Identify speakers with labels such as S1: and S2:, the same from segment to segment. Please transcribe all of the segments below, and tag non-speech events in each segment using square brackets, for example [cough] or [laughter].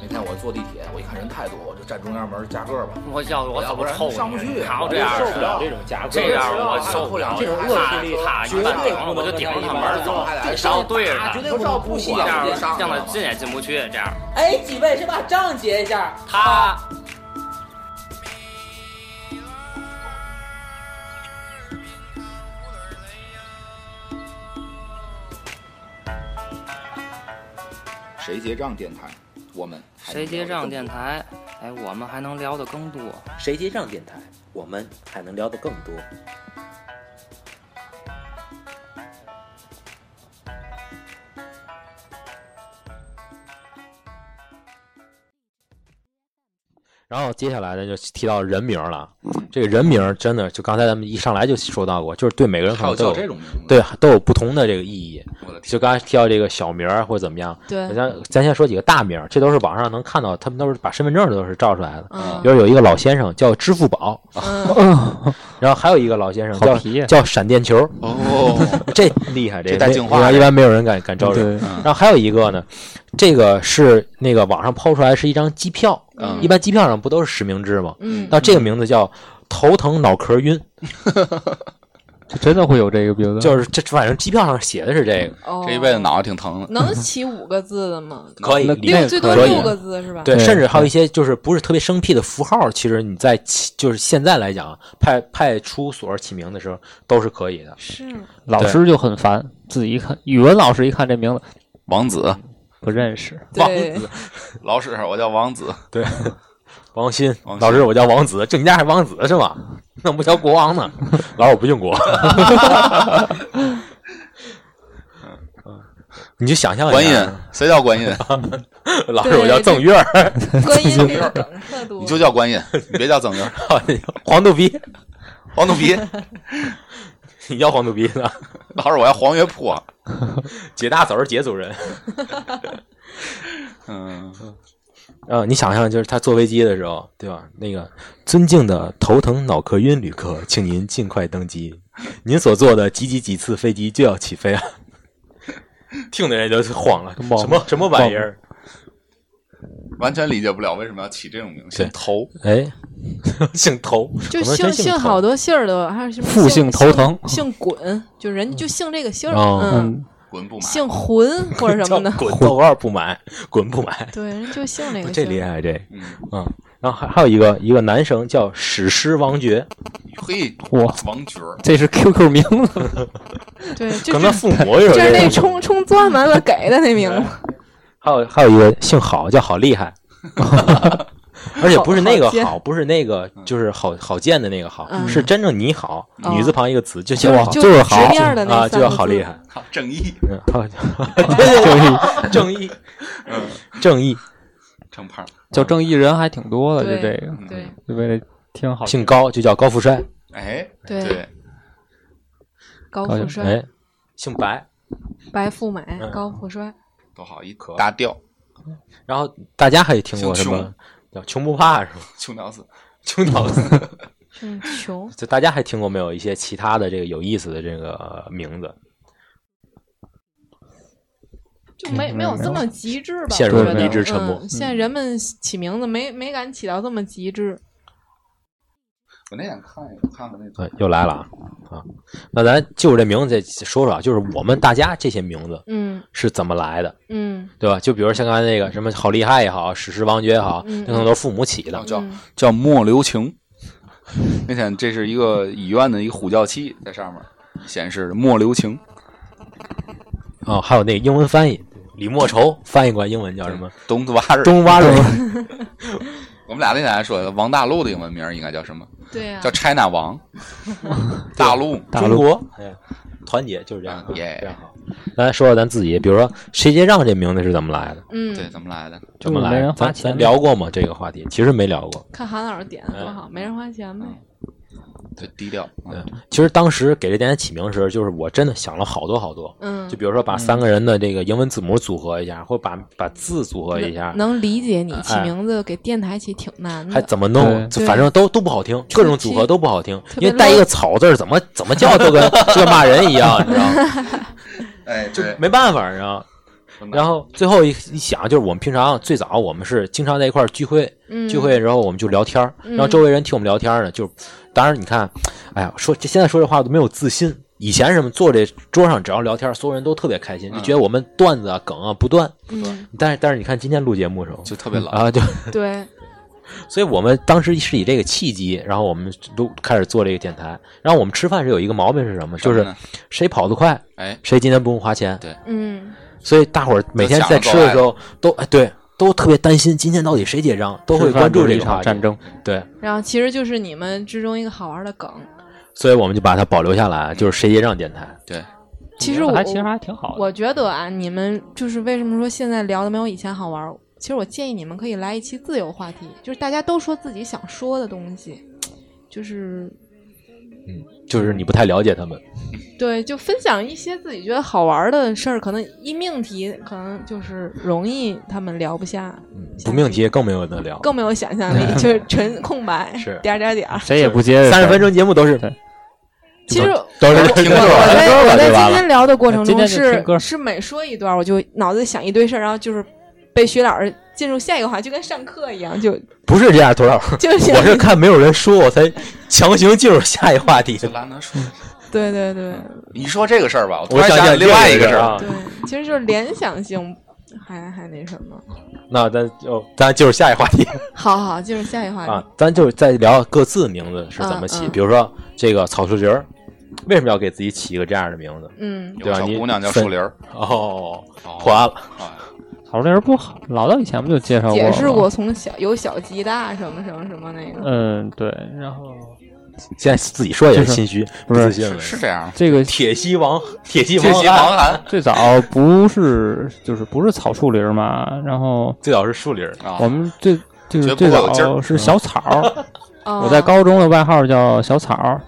S1: 那天我坐地铁，我一看人太多，我就站中央门加个吧，
S2: 我要我
S1: 要
S2: 怎
S1: 不
S2: 么
S1: 然
S2: 臭你
S1: 上不去啊
S2: 还要
S1: 我
S2: 这样
S3: 受
S2: 式
S3: 不
S2: 的
S3: 了这种夹克，
S2: 这样我
S1: 还
S2: 受不了，
S1: 这种
S2: 他
S1: 恶
S3: 势力
S2: 他一
S3: 绝
S2: 般
S3: 对
S2: 顶，
S3: 不
S2: 我
S3: 能
S2: 就顶着
S3: 让
S2: 他
S3: 一
S2: 门
S3: 般
S2: 儿
S3: 人
S2: 走
S3: 走，
S2: 然后对着
S1: 他
S2: 他
S1: 绝，对
S3: 不
S1: 不
S3: 照
S1: 照
S3: 顾
S1: 顾
S3: 细
S2: 这样
S3: 节
S2: 让
S1: 啊
S2: 他进也进不去，这样
S4: 哎，几位先把账结一下。
S2: 他。
S1: 谁结账电台，我们还能
S2: 谁
S1: 聊
S2: 结
S1: 得
S2: 账
S1: 更
S2: 电
S1: 多？
S2: 台？哎，我们还能聊得更多。
S3: 谁结账电台，我们还能聊得更多。
S5: 然后接下来呢，就提到人名了。这个人名真的，就刚才咱们一上来就说到过，就是对每个人可
S1: 还有
S5: 能都
S1: 叫
S5: 有
S1: 这种名字？
S5: 对都有不同的这个意义。
S1: 我的天，
S5: 就刚才提到这个小名儿或者怎么样，
S6: 对，
S5: 咱咱先说几个大名儿，这都是网上能看到，他们都是把身份证都是照出来的。
S6: 嗯
S5: 比如有一个老先生叫支付宝，
S6: 嗯，
S5: 然后还有一个老先生
S7: 好
S5: 叫
S7: 皮呀
S5: 叫闪电球，
S1: [laughs] 哦，
S5: 这厉害，这
S1: 这带
S5: 没
S1: 净化的
S5: 一般没有人敢敢招惹。
S7: 对，
S5: 然后还有一个呢，这个是那个网上抛出来是一张机票，
S1: 嗯
S5: 一般机票上不都是实名制吗？ [laughs]
S6: 嗯
S5: 那这个名字叫头疼脑壳晕，
S7: 这真的会有这个病的。
S5: 就是这反正机票上写的是这个，
S6: 哦，
S1: 这一辈子脑袋挺疼的。
S6: 能起五个字的吗？
S5: 可以
S7: 那
S5: 理
S7: 那
S5: 解
S6: 六最多
S7: 个
S5: 可以
S6: 六个字是吧？
S5: 对，
S7: 对
S5: 甚至还有一些就是不是特别生僻的符号，其实你在起就是现在来讲，啊派派出所起名的时候都是可以的。
S6: 是
S5: [laughs]
S6: 吗？
S7: 老师就很烦，自己一看，语文老师一看这名字
S1: 王子，
S7: 不认识，
S5: 王
S6: 对，
S5: 子，
S1: 老师，我叫王子。
S5: 对，王鑫
S1: 王鑫
S5: 老师，我叫王子，就你家还王子是吗？那不叫国王呢？老师，我不姓国。你就想象
S1: 观
S5: 一
S1: 音
S5: 下，，
S1: 谁叫观音？
S5: 老师，我叫郑月儿， [laughs]
S6: 观音这个梗特多，
S1: 你就叫观音，你别叫曾 [laughs] 云，
S5: 黄肚皮，
S1: 黄肚皮。
S5: 你叫黄肚皮呢？
S1: 老师，我要黄月坡。
S5: 解大枣儿解族人。
S1: 嗯，
S5: 呃，你想象就是他坐飞机的时候，对吧？那个尊敬的头疼脑壳晕旅客，请您尽快登机，您所坐的几几几次飞机就要起飞了。 [laughs] 听的人就慌了，
S7: 懵
S5: 什么什么玩意儿？
S1: [laughs] 完全理解不了为什么要起这种名字。
S5: 对
S1: 姓头，
S5: 哎，姓头，
S6: 就
S5: 我们
S6: 姓
S5: 真姓
S6: 姓
S5: 头
S6: 好多姓儿的，还有什么
S7: 复姓头疼
S6: 姓姓滚，就人家就姓这个姓儿，
S5: 哦
S6: 嗯，
S7: 嗯，
S1: 滚不买。
S6: 姓浑或者什么
S5: 叫
S6: 的，
S5: 滚豆瓣不买，滚不买，
S6: 对，人就
S5: [laughs]
S6: 姓那个
S5: 这
S6: 姓。
S5: 厉害这。
S1: 嗯，
S5: 嗯，然后还还有一个一个男生叫史诗王爵，
S1: 嘿，
S7: 哇
S1: 王角儿，
S7: 这是 QQ 名字，
S6: 对，
S5: 可
S6: 就
S5: 能他
S6: 是
S5: 父母也有
S6: 就
S5: 这
S6: 是那
S5: 个。
S6: 充充钻完了给的那名字，
S5: 还有还有一个姓郝叫郝
S6: [laughs]
S5: 厉害，而且不是那个
S6: 郝郝
S5: 郝，不是那个就是郝郝建的那个郝，
S6: 嗯
S5: 是真正你好，
S6: 哦
S5: 女字旁一个子，就
S7: 就
S5: 叫
S7: 是
S5: 郝
S7: 就
S6: 就是直
S7: 好
S6: 面的
S5: 啊，
S6: 那
S5: 就
S6: 三个
S5: 叫郝
S6: 字
S5: 厉害。
S1: 好正义，
S5: 嗯，郝对正义，正义，
S1: 正胖儿，
S7: 叫正义人还挺多的，
S6: 对
S7: 就这个，
S5: 嗯
S6: 对
S7: 就为了听好
S5: 姓高就叫高富帅，
S1: 哎，
S6: 对
S1: 对，
S6: 高
S7: 高
S6: 富
S7: 兴
S6: 帅、
S5: 哎，姓白。
S6: 白富美
S5: 嗯、
S6: 高富帅，
S1: 多好一
S5: 可
S1: 大调，
S5: 然后大家还听过
S1: 姓
S5: 什
S1: 穷
S5: 么叫穷不怕是吗？ [laughs]
S1: 穷屌丝，
S5: 穷屌丝。
S6: 嗯，穷，
S5: 就大家还听过没有一些其他的这个有意思的这个呃名字？
S6: 就没嗯没有这么极致吧？
S5: 陷入
S6: 我觉
S7: 了
S6: 得
S7: 一
S5: 致沉默
S6: 嗯现在人们起名字没没敢起到这么极致，
S1: 我那天看我看看那个
S5: 呃，又来了啊啊！那咱就这名字再说说啊，就是我们大家这些名字
S6: 嗯
S5: 是怎么来的，
S6: 嗯
S5: 对吧？就比如像刚才那个什么好厉害也好，史诗王爵也好，
S6: 嗯
S5: 那可能都是父母起的
S1: 哦。叫
S6: 嗯
S1: 叫莫留 [laughs] 情。那天这是一个医院的一个呼叫器在上面显示的莫留情，
S5: 哦，还有那个英文翻译，李莫愁翻译过来英文叫什么？
S1: 东子瓦尔。
S5: 中挖人。
S1: 我们俩那天还说王大陆的英文名应该叫什么？
S5: 嗯
S6: 对啊呀
S1: 叫，China 王，
S5: [laughs]
S1: 大陆。
S7: 大
S5: 中
S7: 陆
S5: 国，哎，团结就是这样
S1: 啊，耶
S5: 这样好。咱说说咱自己，比如说谁结账这名字是怎么来的？
S1: 对，
S6: 嗯，
S1: 怎么来的？
S5: 怎么
S7: 没
S5: 来的？
S7: 人花
S5: 咱
S7: 钱
S5: 咱聊过吗？这个话题其实没聊过。
S6: 看韩老师点的多
S5: 嗯
S6: 好，没人花钱呗，
S1: 对，低调。啊
S5: 对，其实当时给这电台起名的时候，就是我真的想了好多好多。
S6: 嗯
S5: 就，比如说把三个人的这个英文字母组合一下，或者把把字组合一下，
S6: 能理解你起
S5: 哎
S6: 名字给电台起挺难
S5: 还
S6: 的，
S5: 怎么弄？
S7: 对
S5: 就
S6: 对
S5: 反正都都不好听，各种组合都不好听，
S6: 特别
S5: 因为带一个草字儿，怎么
S6: [laughs]
S5: 怎么叫都跟就跟骂人一样，你知道吗？
S1: 哎，
S5: 就没办法，你知道吗。然后最后一一想，就是我们平常最早我们是经常在一块儿聚会，
S6: 嗯，
S5: 聚会，然后我们就聊天儿，然后周围人听我们聊天儿呢，就当然你看，哎呀，说这现在说这话都没有自信。以前是什么坐这桌上只要聊天儿，所有人都特别开心，就觉得我们段子啊梗啊不断。
S6: 嗯，
S5: 但是但是你看今天录节目的时候，
S1: 就特别老。
S5: 啊就，
S6: 对，
S5: 所以我们当时是以这个契机，然后我们都开始做这个电台。然后我们吃饭是有一个毛病是什么？就
S1: 什么
S5: 是
S1: 呢
S5: 谁跑得快，
S1: 哎，
S5: 谁今天不用花钱。
S6: 嗯，
S5: 所以大伙儿每天在吃的时候都哎对，都特别担心今天到底谁结账，都会关注这
S7: 一
S5: 个话
S7: 场
S5: 题
S7: 战。争。
S5: 对，
S6: 然后其实就是你们之中一个好玩的梗。
S5: 所以我们就把它保留下来，就是谁结账电台。
S1: 对，
S6: 其
S5: 嗯
S6: 实我
S7: 还其实还挺好的。
S6: 我觉得啊，你们就是为什么说现在聊的没有以前好玩儿？其实我建议你们可以来一期自由话题，就是大家都说自己想说的东
S7: [laughs]
S6: 西，就是
S5: 就是你不太了解他们，
S6: 对，就分享一些自己觉得好玩儿的事儿。可能一命题，可能就是容易他们聊不
S7: [laughs]
S6: 下，
S5: 嗯不命题更没有得聊。
S6: 更没有想象力，就是纯空白，
S5: 是
S6: 点儿点儿
S7: [laughs]
S6: 点儿。
S7: 谁也不接，
S5: 三十分钟节目都是
S7: 对
S6: 其实
S5: 都是
S1: 停
S6: 我
S1: 歌
S6: 我
S1: 了，
S6: 在我
S7: 就
S6: 在
S7: 完
S6: 今
S7: 了
S6: 天聊的过程
S7: 今
S6: 中
S7: 天就是听歌
S6: 是每说一段，我就脑子里想一堆事儿，然后就是被徐老师进入下一个话题，就跟上课一样，
S7: [laughs]
S6: 就
S5: 不是这样，涂老师，
S6: 就是
S5: [laughs] 我是看没有人说，我才强行进入下一话题
S1: 就。拉他说。
S6: 对对对
S1: 你说这个事儿吧，我突
S5: 嗯我
S1: 然
S5: 想
S1: 起
S5: 想
S1: 另外一个事儿，
S5: 啊
S6: 对，其实就是联想性，还还那什么。
S5: 那咱就咱进入下一话题
S6: 好好，进入下一话
S5: 啊
S6: 题。，
S5: 咱就是再聊各自名字是怎么
S6: 嗯
S5: 起。
S6: 嗯
S5: 比如说这个草树菊儿，为什么要给自己起一个这样的名字？
S6: 嗯，
S1: 有个小
S5: 对吧你
S1: 姑娘叫
S5: 分
S1: 树林儿，
S5: 哦，
S1: 哦
S5: 破案了，
S1: 啊
S7: 草这人不好，老早以前不就介绍过？
S6: 解释过。从小有小及大什么什么什么那个。
S7: 嗯，对。然后
S5: 现在自己说也
S7: 就是
S5: 心虚，
S7: 不是
S5: 自信了
S1: 是。是这样吗？
S7: 这个
S5: 铁西王，铁西
S1: 这些
S5: 王，啊
S1: 盲寒
S7: 最早不是就是不是草树林嘛？然后
S5: 最早是树林儿，
S1: 啊
S7: 我，们最就
S1: 觉得
S7: 是
S1: 不
S7: 最
S1: 够有劲儿
S7: 早是小草儿，
S6: 啊
S7: 我在高中的外号叫小草儿，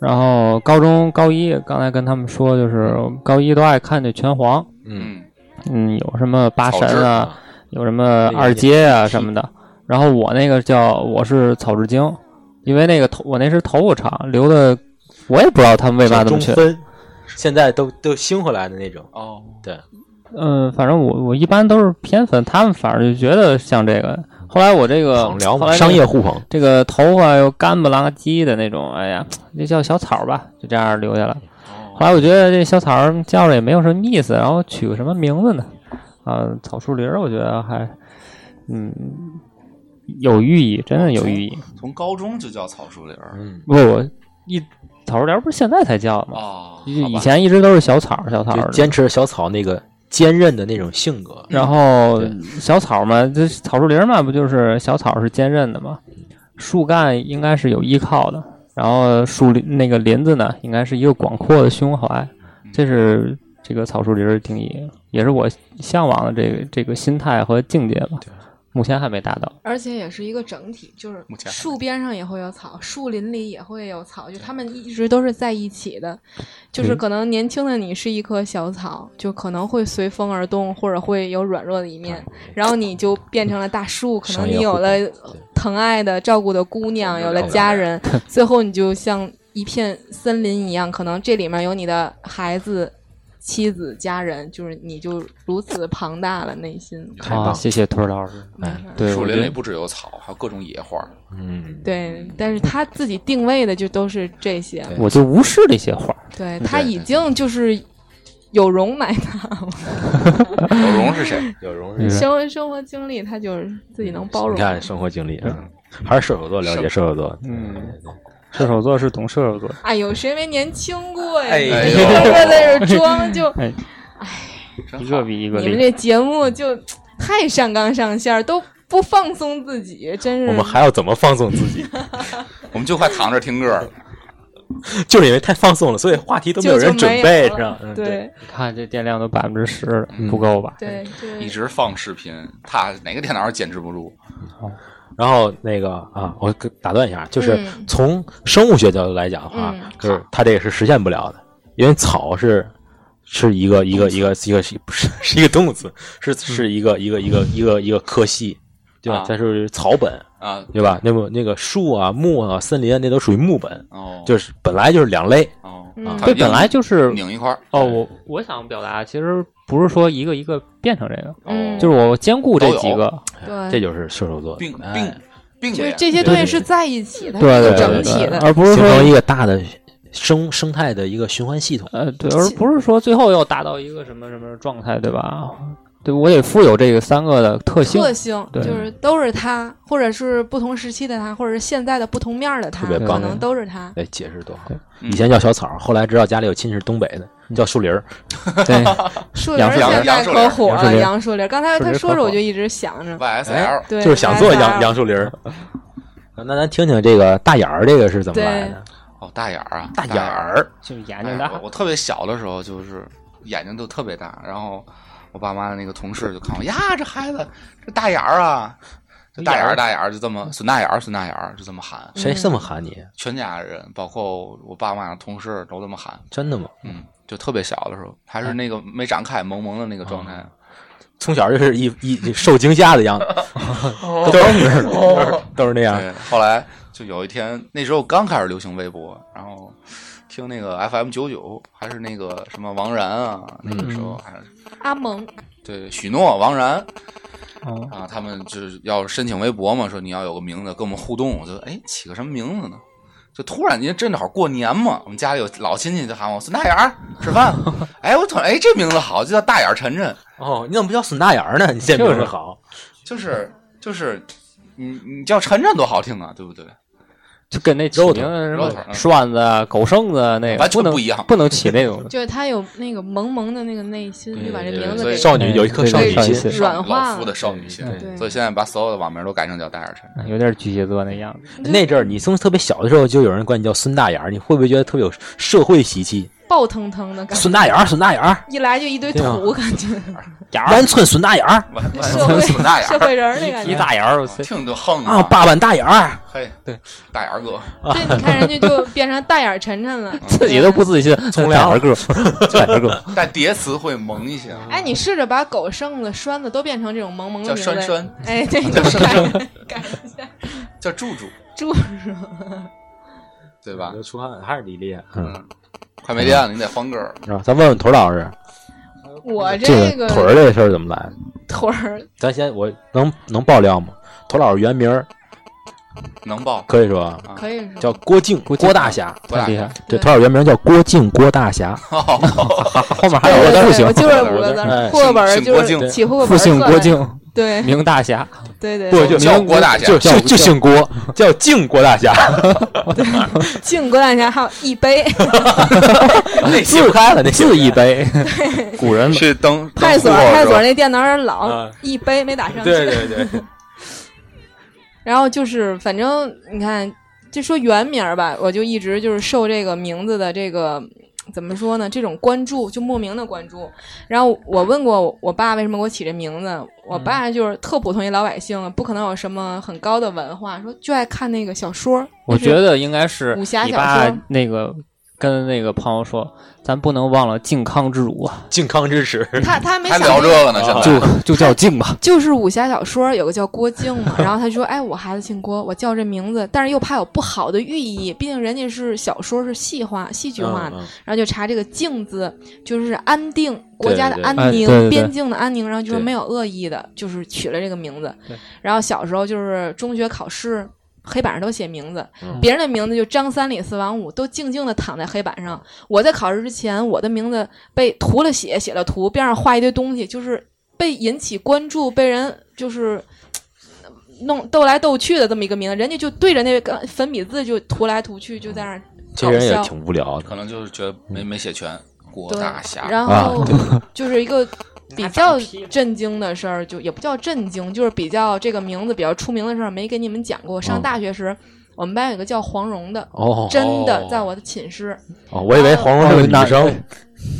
S7: 然后高中高一，刚才跟他们说，就是我们高一都爱看这拳皇，
S5: 嗯，
S1: 嗯，
S7: 嗯，有什么八神
S1: 草
S7: 啊，有什么二阶啊什么
S5: 嗯
S7: 的。然后我那个叫我是草之精，因为那个头我那是头发长留的，我也不知道他们为嘛这
S5: 嗯
S7: 么
S5: 中
S7: 去。
S5: 分，现在都都兴回来的那种，
S1: 哦，
S7: 嗯，反正我我一般都是偏粉，他们反正就觉得像这个。后来我这个
S5: 捧聊
S7: 后
S5: 嘛，
S7: 来
S5: 商
S7: 那个
S5: 业互捧，
S7: 这个头发又干不拉几的那种，哎呀，那叫小草吧，就这样留下来。
S1: 哦
S6: 哦
S7: 后来我觉得这小草儿叫着也没有什么意思，然后取个什么名字呢？啊，草树林儿，我觉得还，嗯，有寓意，真的有寓意。
S1: 从高中就叫草树林儿
S5: 嗯，
S7: 不，我一草树林儿不是现在才叫的吗？
S1: 哦，
S7: 以
S1: 好吧
S7: 嗯以前一直都是小草儿，小草儿
S5: 就
S7: 的。
S5: 坚持小草那个坚韧的那种性格，
S7: 然后
S5: 嗯对
S7: 小草嘛，这草树林嘛，不就是小草是坚韧的嘛，树干应该是有依靠的，然后树林那个林子呢，应该是一个广阔的胸怀，这是这个草树林的定义，也是我向往的这个这个心态和境界吧。目前还没达到，
S6: 而且也是一个整体，就是
S1: 目前还没
S6: 树边上也会有草，树林里也会有草，就他们一直都是在一起的。就是
S7: 嗯
S6: 可能年轻的你是一棵小草，就可能会随风而动，或者会有软弱的一
S5: 嗯
S6: 面，然后你就变成了大树，可能
S5: 商业
S6: 你有
S5: 互
S6: 了
S5: 捧对
S6: 疼爱的、照顾的姑娘，有了家人，最后你就像一片森林一样，可能这里面有你的孩子。妻子、家人，就是你就如此庞大了内心。
S5: 太棒
S7: 好，
S5: 了
S7: 谢谢屯儿老师。
S5: 哎
S6: 没事儿
S7: 对，
S1: 树
S7: 我觉
S1: 林里
S7: 得
S1: 不只有草，还有各种野花儿。
S5: 嗯，
S6: 对，但是他自己定位的就都是这些，
S5: 对
S7: 我就无视这些话儿，
S6: 对他已经就是有容乃大了，
S1: 有容是
S7: [laughs]
S1: 谁？
S5: 有容
S7: 嗯
S6: 生活生活经历他就是自己能包容。
S5: 你看生活经历，嗯，还是射手座了解射手座，
S7: 嗯，射手座是懂射手座，
S6: 哎呦，谁没年轻过呀？
S5: 哎
S6: 你
S5: 呦
S6: 这个个在这装就，
S7: 哎，
S1: 真
S7: 一
S1: 好
S7: 个比一个
S6: 你
S7: 厉
S6: 们
S7: 害。
S6: 这节目就太上纲上线儿，都不放松自己，真是。
S5: 我们还要怎么放松自 [laughs] 己？
S1: 我们就快躺着听歌了。
S5: 就是因为太放松了，所以话题都没有人
S6: 就就
S5: 准
S6: 没有
S5: 备，
S6: 了
S5: 是吧？嗯，
S6: 对
S7: 你看这电量都百分之十了
S5: 嗯，
S7: 不够吧？
S6: 对对，
S1: 一直放视频，他哪个电脑上坚持不住？
S5: 然后那个啊，我跟打断一下，就是
S6: 嗯
S5: 从生物学角度来讲的话，
S6: 嗯
S5: 就是它这个是实现不了的，因为草是是一个一个一个一个不是是一个动词，是是一个一个一个一个一个科系，对吧
S1: 啊？
S5: 它是草本，
S1: 啊，
S5: 对吧？那么那个树啊、木啊、森林啊，那都属于木本，
S1: 哦，
S5: 就是本来就是两类，
S1: 哦
S7: 啊
S6: 嗯，
S1: 它
S7: 对，本来就是
S1: 拧一块儿
S7: 哦，我我想表达，其实不是说一个一个变成这个，
S6: 嗯
S7: 就是我兼顾这几个，
S6: 对，
S5: 这就是射手座的
S1: 并
S5: 哎
S1: 并并
S6: 就是
S1: 联
S6: 这些
S5: 对
S6: 东
S5: 对
S6: 西是在一起的，它
S7: 对
S6: 呃是一
S7: 对
S6: 个整
S7: 对
S6: 体
S7: 对，
S6: 的。嗯
S7: 而不是
S5: 形成一
S7: 说
S5: 个大的生生态的一个循环系统。
S7: 呃对，而不是说最后要达到一个什么什么状态，对吧？对我得富有这个三个的特性，
S6: 特性
S7: 对
S6: 就是都是他，或者是不同时期的他，或者是现在的不同面儿的他，
S5: 特别
S6: 可
S5: 棒
S6: 能都是他。
S5: 哎，解释多好！
S1: 嗯
S5: 以前叫小草，后来知道家里有亲戚是东北的，叫树林儿。
S7: 对，
S6: 树林
S7: 杨
S6: 儿
S7: 树林
S6: 现在
S1: 杨树林
S6: 可火
S7: 杨树
S6: 了，
S7: 林
S6: 杨树林儿。刚才
S7: 树林
S6: 他
S7: 儿
S6: 说
S7: 可
S6: 着，我
S7: 火
S6: 就一直想着，
S1: YSL
S7: 哎
S6: 对，
S5: 就是想做杨杨
S6: 杨
S5: 树林儿。那咱听听这个大眼儿这个是怎么来的？
S1: 哦，大眼儿啊，
S5: 大眼
S1: 眼
S5: 儿，
S7: 就是眼
S1: 哎
S7: 睛大
S1: 我，我特别小的时候就是眼睛就特别大，然后我爸妈那个同事就看我呀，这孩子这大眼儿啊，这大眼儿大眼儿就这么损大眼儿损大眼儿就这么喊，
S5: 谁这么喊你？
S1: 全家人包括我爸妈同事都这么喊，
S5: 真的吗？
S1: 嗯，就特别小的时候还是那个没长开萌萌的那个状态，
S5: 从小就是一一一受惊吓的样子，都是都是都是那样。
S1: 对，后来就有一天，那时候刚开始流行微博，然后听那个 FM 九九，还是那个什么王然啊，那个时候还是
S6: 阿蒙，。
S1: 对许诺、王然
S7: 嗯，
S1: 啊，他们就是要申请微博嘛，说你要有个名字跟我们互动，我就哎起个什么名字呢？就突然间正好过年嘛，我们家里有老亲戚就喊我孙大眼儿吃饭，哎我突然哎这名字好，就叫大眼儿晨晨，
S5: 哦，你怎么不叫损大眼儿呢？你这名字好，
S1: 就是就是你你叫晨晨多好听啊，对不对？
S7: 就跟那起
S5: 肉
S7: 名
S5: 腿
S7: 什
S1: 肉
S7: 么
S1: 腿儿嗯
S7: 涮子啊、狗剩子啊那个
S1: 完全
S7: 能
S1: 不一样
S7: 不能起那种
S6: 就是他有那个萌萌的那个内心，
S5: 嗯对
S6: 就把这
S1: 对
S6: 名字
S1: 所以
S6: 给
S5: 少女有一颗
S7: 对
S5: 少女
S7: 少女
S5: 心
S7: 心，
S6: 软化
S1: 老夫的少女心，
S5: 对
S6: 对
S1: 所以现在把所有的网名都改成叫大眼儿晨。
S7: 嗯有点巨蟹座那样子，
S5: 那阵儿，你从特别小的时候就有人管你叫孙大眼儿，你会不会觉得特别有社会习气？
S6: 爆腾腾的感觉，
S5: 孙大眼儿，孙大眼儿，
S6: 一来就一堆
S5: 对啊
S6: 土，感觉
S5: 湾村孙大眼儿
S1: 完完
S6: 社会
S1: 孙大眼
S6: 社 [laughs]
S1: 儿，
S6: 会人儿的感
S7: 一
S6: 觉。
S7: 大眼儿，我塞
S1: 听着横
S5: 啊，八万大眼儿，
S1: 嘿，
S5: 对，
S1: 大眼儿哥，
S6: 对，你看人家就变成大眼儿晨晨了，
S7: 自己都不自信，
S5: 从良
S7: 大眼儿个，大眼儿个，
S1: 但叠词会萌一些啊，
S6: 哎，你试着把狗剩子、栓子都变成这种萌萌的
S1: 叫
S6: 名字
S1: 栓，栓，
S6: 哎，对，你
S1: 叫栓
S6: [laughs] 改改一下，
S1: 叫柱柱，
S6: 住是吧
S1: 对吧？
S5: 出汗还是李烈，嗯，
S1: 嗯，快没电了，你得换歌儿。
S5: 是吧？咱问问头老师，
S6: 我
S5: 这
S6: 个
S5: 腿儿这个事儿怎么来的？
S6: 腿儿
S5: 咱先，我能能爆料吗？头老师原名儿
S1: 能报
S5: 可以说
S6: 可以说
S5: 叫郭靖，郭大侠。
S1: 多大
S7: 太
S1: [laughs]
S7: 厉
S1: 眼
S7: 害
S1: 儿？。
S5: 对，头老师原名叫郭靖，郭大
S1: [laughs]
S5: 侠。
S1: 哦
S7: 后面还
S6: 对对
S7: 有个
S6: 对，
S7: 复
S6: 我就
S7: 姓，
S6: 是五个字
S5: 哎
S6: 儿，户口本儿
S1: 姓姓郭
S6: 就
S1: 靖
S6: 是起户口本
S7: 复
S6: 儿
S7: 姓
S6: 算
S7: 郭
S6: 了，
S7: 靖，
S6: 对
S7: 名大侠，
S6: 对对，
S5: 不
S6: 对
S5: 就
S1: 叫郭大侠
S5: 就就就姓郭，叫靖郭大侠，
S6: 敬郭大侠还有一杯，
S5: 啊自开了那
S7: 自一杯，
S6: [laughs]
S7: 古人
S1: 去登
S6: 派出所
S1: 登户口
S6: 派出所
S1: 是吧
S6: 那店头有点老
S5: 啊，
S6: 一杯没打上去。
S5: 对对对，
S6: 然后就是，反正你看，就说原名儿吧，我就一直就是受这个名字的这个怎么说呢？这种关注，就莫名的关注。然后我问过我爸为什么给我起这名字，我爸就是特普通一老百姓，不可能有什么很高的文化，说就爱看那个小说。
S7: 我
S6: 就是
S7: 觉得应该是
S6: 武侠
S7: 你
S6: 小
S7: 爸
S6: 说
S7: 那个跟那个朋友说，咱不能忘了靖康之辱啊，
S5: 靖康之耻。
S6: 他他还没
S1: 还
S6: 想
S1: 聊
S6: 过
S1: 这个呢，现在
S7: 就就叫靖吧。
S6: 就是武侠小说有个叫郭靖嘛，然后他说：“哎，我孩子姓郭，我叫这名字，但是又怕有不好的寓意，毕竟人家是小说是戏化、戏剧化的。
S5: 嗯嗯
S6: 然后就查这个“静”字，就是安定国家的
S5: 对对
S6: 安
S7: 哎
S6: 宁、
S7: 对对对
S6: 边境的安宁，然后就说
S5: 对
S6: 没有恶意的，就是取了这个名字
S7: 对。
S6: 然后小时候就是中学考试。黑板上都写名字，
S5: 嗯
S6: 别人的名字就张三李四王五，都静静的躺在黑板上。我在考试之前，我的名字被涂了血，写了涂，边上画一堆东西，就是被引起关注，被人就是呃弄斗来斗去的这么一个名字，人家就对着那个粉笔字就涂来涂去，就在那儿
S5: 这人也挺无聊的
S1: 可，能就是觉得
S5: 嗯
S1: 没没写全，郭
S6: 对
S1: 大侠，
S6: 然
S5: 啊
S6: 后就是一个比较震惊的事儿，就也不叫震惊，就是比较这个名字比较出名的事儿，没给你们讲过。上
S5: 嗯
S6: 大学时，我们班有一个叫黄蓉的，
S5: 哦
S6: 真的在
S5: 哦
S6: 我的寝室，
S5: 哦，我以为黄蓉是个
S7: 哦那
S5: 女生，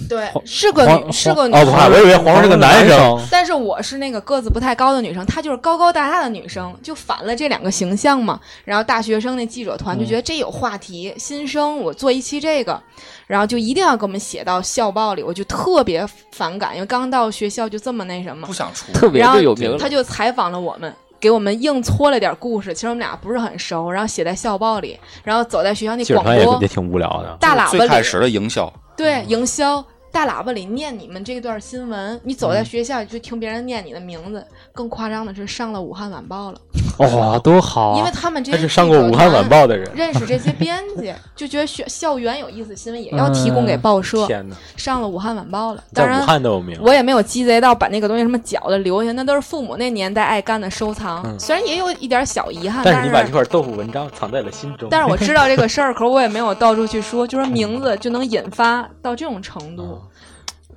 S6: 对
S7: 黄
S6: 是个
S7: 黄
S6: 女是个
S7: 黄
S6: 女
S5: 哦不，
S6: 生。
S5: 我以为黄蓉是个男生，
S6: 但是我是那个个子不太高的女生，她就是高高大大的女生，就反了这两个形象嘛。然后大学生那记者团就觉得这有话题，新生我做一期这个，然后就一定要给我们写到校报里，我就特别反感，因为刚到学校就这么那什么
S1: 不。想出，
S7: 特别
S6: 然后
S7: 就有名了
S6: 他。就采访了我们，给我们硬搓了点故事。其实我们俩不是很熟，然后写在校报里，然后走在学校那
S5: 记者
S6: 广
S5: 团也
S6: 播
S5: 也挺无聊的。
S6: 大喇
S1: 最
S6: 叭
S1: 开
S6: 里，
S5: 嗯
S1: 始的营销，
S6: 对营销大喇叭里念你们这段新闻，你
S5: 嗯
S6: 走在学校就听别人念你的名字。更夸张的是，上了《武汉晚报》了，
S7: 哦，多好
S6: 因为
S7: 啊！
S6: 他们这
S5: 他
S6: 些
S5: 是上过《武汉晚报》的
S6: [laughs]
S5: 人。
S6: 认识这些编
S5: [laughs]
S6: 辑，就觉得学校园有意思新闻也要提供给报社。
S5: 嗯天哪，
S6: 上了《武汉晚报》了，
S5: 在
S6: 当
S5: 武
S6: 然
S5: 汉都有名。
S6: 我也没有鸡贼到把那个东西什么绞的留下，那都是父母那年代爱干的收藏。
S5: 嗯
S6: 虽然也有一点小遗憾，
S5: 但
S6: 但
S5: 是你把这块豆腐文章藏在了心中。
S6: 但是我知道这个事儿，可是我也没有到处去说，就说名字就能引发到这种程
S5: 嗯
S6: 度。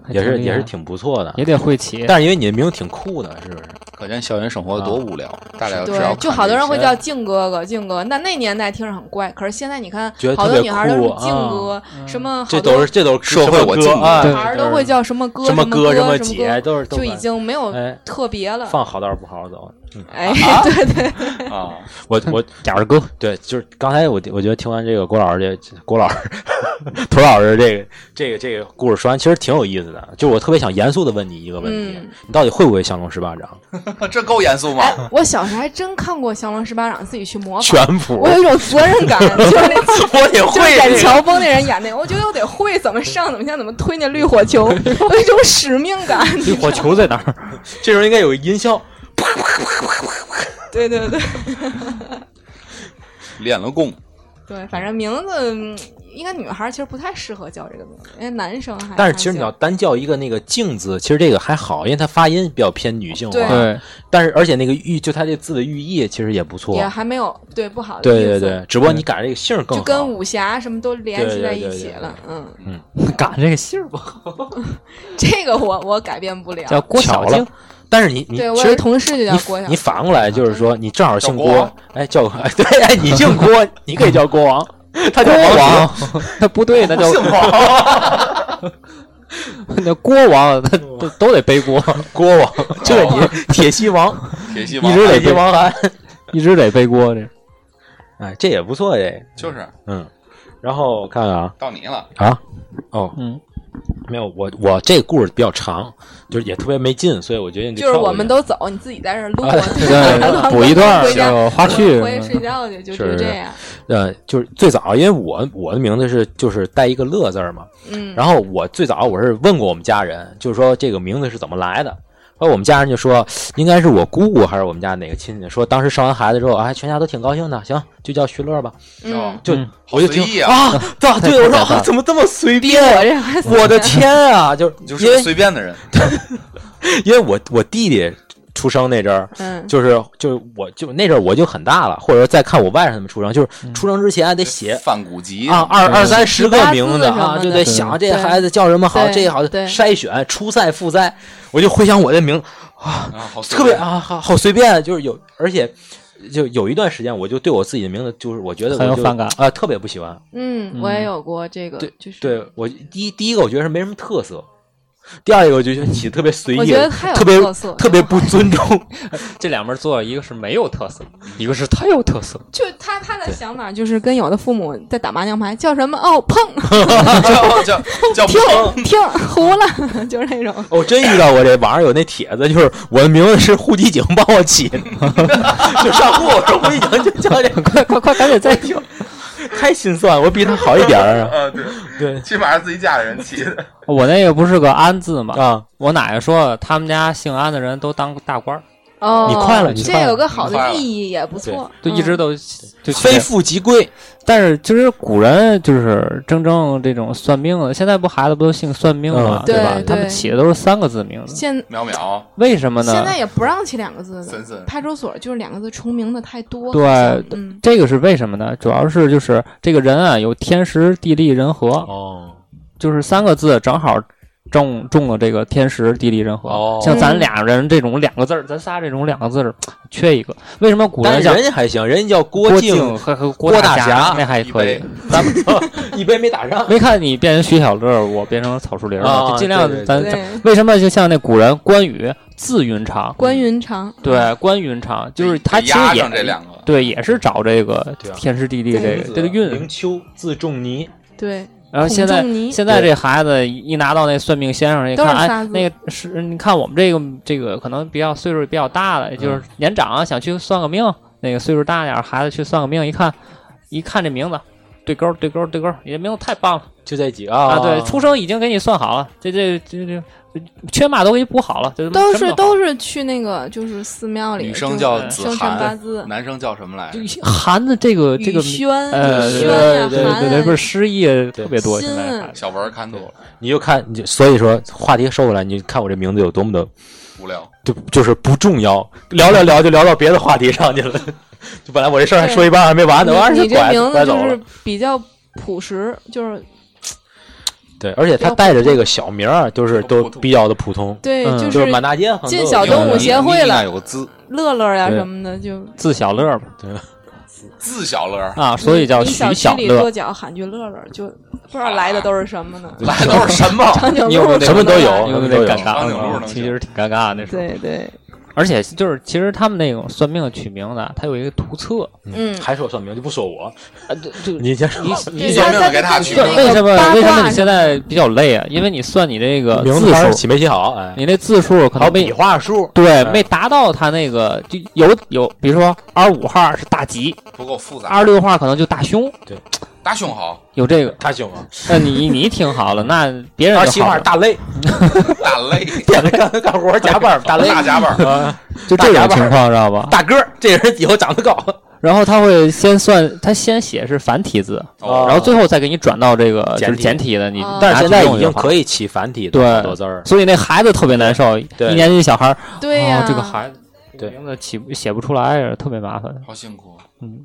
S7: 还
S5: 也是
S7: 挺厉
S5: 也
S7: 害
S5: 是挺不错的。
S7: 也得会骑。
S5: 但是因为你的名字挺酷的，是不是？
S1: 可见校园生活多无聊。大家至少
S6: 对，就好多人会叫静哥哥、静哥，但那年代听着很怪。可是现在你看
S5: 觉得，特
S6: 好
S5: 别
S6: 多女孩都是
S5: 酷啊嗯
S6: 静哥，
S7: 嗯
S6: 什么
S5: 这
S6: 好
S5: 都
S6: 多
S5: 是这都是
S1: 社会
S5: 什么
S1: 我
S5: 歌
S1: 敬你
S5: 啊
S7: 对
S6: 女孩都会叫什么哥、
S5: 什
S6: 么
S5: 哥
S6: 哥、
S5: 么
S6: 什么
S5: 姐，
S6: 哥，
S5: 都是都
S6: 就
S5: 管
S6: 已经没有
S5: 哎
S6: 特别了。
S5: 放好道不好好走。嗯，
S6: 哎， [laughs] 对对，
S1: 啊，
S7: [laughs]
S5: 我我
S7: 假如哥，
S5: 对，就是刚才我我觉得听完这个郭老师这郭老师 [laughs] 涂老师这个这个这个故事说完，其实挺有意思的。就我特别想严肃的问你一个问题：
S6: 嗯哦
S5: 你到底会不会降龙十八掌？
S1: 这够严肃吗？
S6: 哎，我小时候还真看过《降龙十八掌》，自己去模仿。
S5: 全谱
S6: 我有一种责任
S5: [laughs]
S6: 感，就是那
S1: 我得
S6: 就是演乔峰那人演那，我觉得我得会怎么上、怎么下、怎么推那绿火
S5: [laughs]
S6: 球，我有一种使命感。 [laughs]
S7: 绿火球在哪儿？
S5: 这时候应该有个音效。
S6: 啊对对对
S1: 练了功，
S6: 对，反正名字嗯应该女孩儿其实不太适合叫这个名字，因为男生还。
S5: 但是其实
S6: 还
S5: 你
S6: 行
S5: 要单叫一个那个“镜”字，其实这个还好，因为它发音比较偏女性化。
S6: 对
S7: 对，
S5: 但是而且那个寓就它这字的寓意其实也不错
S6: 也。还没有对不好的
S5: 对
S6: 意
S5: 对
S6: 思
S5: 对，，只不
S7: 嗯
S5: 过你赶上这个姓儿更
S6: 就
S5: 好。
S6: 跟武侠什么都联系在一起
S5: 对对对对对
S6: 了。嗯，
S7: [laughs] 赶这个信儿吧，
S6: 这个我我改变不了。
S7: 叫郭
S5: 巧
S7: 小
S5: 了
S7: 静。
S5: 但是你你
S6: 对我
S5: 其
S6: 有
S5: 实
S6: 一同事就叫
S5: 你
S6: 郭晓
S5: 你反过来就是说，你正好姓
S1: 叫郭
S5: 郭
S1: 王，
S5: 哎，嗯叫 [laughs] 哎对，哎，你姓郭，你可以叫郭王， [laughs] 他叫
S7: 郭
S5: 王
S7: 王，那 [laughs] 不对，那叫
S1: 姓王，
S7: [laughs] 那郭王， [laughs] 他都都得背锅，
S5: 郭王， [laughs] 就得你铁西 [laughs] 王，
S1: 铁西王
S5: 一直
S7: 得
S5: 铁西王 [laughs] 涵，
S7: 一直得背锅这。
S5: 哎，这也不错这，
S1: 就是
S5: 嗯，然后我看看啊
S1: 到你了。
S5: 啊，哦，
S7: 嗯，
S5: 没有，我我这个故事比较长，就是也特别没劲，所以我决定
S6: 就是
S5: 跳过
S6: 我们
S5: 去啊
S6: 都走，你自己在这儿录，
S5: [laughs]
S7: 对，
S6: [laughs]
S7: 补一段
S6: 回家
S7: 儿花絮嗯
S6: 回去睡觉去，就就是这样。
S5: 呃，就是最早，因为我我的名字是就是带一个乐字儿嘛，
S6: 嗯，
S5: 然后我最早我是问过我们家人，就是说这个名字是怎么来的。后来我们家人就说，应该是我姑姑还是我们家哪个亲戚说，当时生完孩子之后，哎，全家都挺高兴的，行，就叫徐乐吧。
S6: 嗯，
S5: 就、
S7: 嗯
S5: 我就
S1: 好
S5: 听
S1: 随意 [laughs]
S5: 啊，对啊对，我说
S7: 太可怕
S5: 啊，
S7: 了
S5: 怎么这么随
S6: 逼我
S5: 便？啊
S6: 这还
S5: [laughs] 我的天啊！就
S1: 你就是是
S5: 因
S1: 个
S5: 为
S1: 随便的人，
S5: 因为我我弟弟出生那阵儿，
S6: 嗯，
S5: 就是就是我就那阵儿我就很大了，或者说再看我外甥他们出生，
S1: 嗯
S5: 就是出生之前得写
S1: 范古籍
S5: 啊，，二
S7: 对
S5: 二三十个名字
S6: 十八字
S5: 啊，
S6: 什么的
S5: 就得
S6: 对
S5: 想这孩子叫什么好，
S6: 对
S5: 这好
S6: 对
S5: 筛选初赛复赛，我就回想我这名字啊，
S1: 啊好随
S5: 特别
S1: 便
S5: 啊，好好随便，就是有，而且就有一段时间，我就对我自己的名字，就是我觉得
S7: 很有
S5: 我就
S7: 反感
S5: 啊，特别不喜欢。
S6: 嗯，我也有过这个，就是
S5: 对我第一第一个，我觉得是没什么特色。第二一个，我就觉得起得特别随
S6: 我
S5: 意
S6: 觉得太，有
S5: 特别
S6: 特色
S5: 特别不尊重。
S7: 这两边做，一个是没有特色，一个是太有特色。
S6: 就他他的想法就是跟有的父母在打麻将牌，叫什么哦碰
S1: [laughs]
S5: 啊
S1: 叫叫
S5: [laughs]
S1: 叫不
S6: 跳跳糊了，就是那种。
S5: 我真遇到过这网上有那帖子，就是我的名字是户籍警帮我起的， [laughs] 就上户，我说户籍警就叫这个，
S7: [laughs] 快快快，赶紧 [laughs] 再听！
S5: 太心酸，我比他好一点儿啊。
S1: 啊，对，
S5: 对
S1: 起码是自己家里人起的。 [laughs]
S7: 我那个不是个安字嘛？
S5: 啊，
S7: 我奶奶说他们家姓安的人都当大官儿，
S6: 哦，
S5: 你快了你
S6: 这
S5: 快了
S6: 有个好
S1: 你快
S6: 的
S1: 了
S6: 意义也不错，
S7: 就一直
S6: 嗯
S7: 都就
S5: 非富即贵，
S7: 但是其实古人就是真正这种算命的，现在不孩子不都姓算命嘛
S5: 嗯，
S6: 对
S7: 吧？
S6: 对
S7: 他们起的都是三个字名字，
S6: 现
S1: 淼淼，
S7: 为什么
S6: 现
S7: 呢
S6: 在？也不让起两个字
S1: 森
S6: 的，
S1: 森，
S6: 派出所就是两个字重名的太多。
S7: 对
S6: 好像嗯，
S7: 这个是为什么呢？主要是就是这个人啊，有天时地利人和，
S5: 哦，
S7: 就是三个字正好中中了这个天时地利人和。
S5: 哦
S7: 像
S6: 嗯
S7: 咱俩人这种两个字儿，咱仨这种两个字儿，缺一个。为什么古
S5: 但
S7: 人
S5: 是
S7: 叫
S5: 人家还行，人家叫
S7: 郭
S5: 郭
S7: 靖
S5: 靖，
S7: 和和
S5: 郭
S7: 大
S5: 大侠
S7: 那还
S1: 一
S7: 哎可以
S1: 杯。
S5: 咱
S7: [laughs]
S5: 们一杯没打上。
S7: 没看你变成徐小乐，我变成草树林儿
S5: 啊
S7: 吗？就尽量
S5: 对对
S7: 咱咱
S6: 对，
S7: 为什么就像那古人关羽字云长？
S6: 关云长，
S7: 对，关云长就是他
S1: 得
S7: 其
S1: 压
S7: 实也
S1: 上这两个，
S7: 对，也是找这个
S5: 对啊
S7: 天时地利这
S5: 孔
S7: 个
S5: 子
S7: 这个运
S5: 灵。丘，字仲尼，
S6: 对，
S7: 然后现在
S6: 孔仲尼
S7: 现在这孩子一拿到那算命先生一
S6: 都是
S7: 看，哎
S6: 仨，字
S7: 那个是你看我们这个这个可能比较岁数比较大的，就是年长啊想去算个命，那个岁数大点儿孩子去算个命，一看一看这名字对勾儿对勾儿对勾儿，你这名字太棒了，
S5: 就这几个啊
S7: 啊，对，出生已经给你算好了，这这这这缺码都给你补好了，这
S6: 都
S7: 什
S6: 是
S7: 么好
S6: 都是去那个就是寺庙里，
S1: 女生叫
S6: 就是
S1: 子
S6: 生辰八
S1: 涵，
S6: 字，
S1: 男生叫什么来着？
S7: 就韩的这个这个
S6: 宇轩、
S7: 呃
S6: 宇
S7: 对
S6: 轩
S5: 对
S6: 呀、
S5: 对
S7: 对对，
S6: 韩
S7: 不是失忆特别多，
S6: 对
S7: 现在
S6: 心
S7: 还
S1: 小文儿看多了，
S5: 你就看，你就所以说话题收回来，你就看我这名字有多么的
S1: 无聊。
S5: 就就是不重要，聊聊聊就聊到别的话题上去了。 [laughs] 就本来我这事儿还说一半还没完呢，我二
S6: 你
S5: 十
S6: 你这
S5: 拐
S6: 名
S5: 拐
S6: 字
S5: 走
S6: 就
S5: 了
S6: 是。比较朴实，就是
S5: 对，而且他带着这个小名儿，啊就是都比较的普通，
S6: 对，
S7: 嗯
S6: 就
S5: 就是
S6: 是
S5: 满大街好像
S6: 进
S5: 都有
S6: 小
S5: 这样
S6: 动物
S5: 的
S6: 协会
S1: 妮
S6: 了
S1: 娜有个字
S6: 乐乐呀
S5: 对
S6: 什么的，就
S7: 自小乐嘛
S1: 字小乐 [laughs] 儿，
S7: 啊，所以叫
S6: 你
S7: 徐
S6: 小
S7: 小
S6: 区里跺
S7: 乐。
S6: 脚喊句乐乐，就不知道来的都是什么呢？
S1: 来都是什么？
S6: 长颈
S7: 你有没
S6: 鹿
S7: 有那
S5: 什么都有
S6: 来
S7: 因为
S5: 都有
S7: 那尴
S1: 双顶
S7: 尬
S1: 路
S7: 啊，
S1: 呢
S7: 其实挺尴尬那时候。
S6: 对对，
S7: 而且就是，其实他们那种算命取名的，他有一个图册，
S6: 嗯，
S5: 还说算命就不说我，
S7: 啊，对对，
S5: 你先说
S7: 你
S6: 对
S7: 你
S1: 小
S6: 他
S1: 命
S6: 他
S1: 给他
S6: 就
S1: 取
S6: 是
S1: 的
S6: 那
S7: 为
S6: 个
S7: 什么
S6: 八
S7: 为什
S6: 卦
S7: 么你现在比较累啊？因为你算你这个
S5: 名字
S7: 字
S5: 还是
S7: 数，
S5: 起没起好？哎，
S7: 你那字数可
S5: 还有
S7: 能没
S5: 笔画数，
S7: 对，
S5: 嗯
S7: 没达到他那个就有有，比如说二十五号是大吉，
S1: 不够复杂。
S7: 二十六号可能就大凶，
S1: 大胸好，
S7: 有这
S5: [laughs]
S7: 个。
S5: 大凶啊！
S7: 那你你挺好了，那别人
S5: 二
S7: 就
S5: 七
S7: 好
S5: 号
S7: 了，
S5: 大累，
S1: 大肋，
S5: 点了干干活加班大累，
S1: 大夹板儿，
S7: 就
S5: 大
S7: 这
S5: 家
S7: 种
S5: 吧
S7: 情况知道
S5: [laughs]
S7: 吧？
S5: 大个儿，这人以后长得高，
S7: 然后他会先算，他先写是繁体字，
S1: 哦
S7: 然后最后再给你转到这个
S5: 简
S7: 就是
S5: 体
S7: 简体的，你
S6: 哦
S5: 但是现在已经
S7: 以。
S5: 可以起繁体
S7: 对
S5: 的好多字儿，
S7: 所以那孩子特别难受，
S5: 对
S7: 一年级小孩儿，
S6: 对
S7: 哦
S6: 呀，
S7: 这个孩子这
S5: 对
S7: 个名字起不写不出来，特别麻烦。
S1: 好辛苦。
S7: 嗯，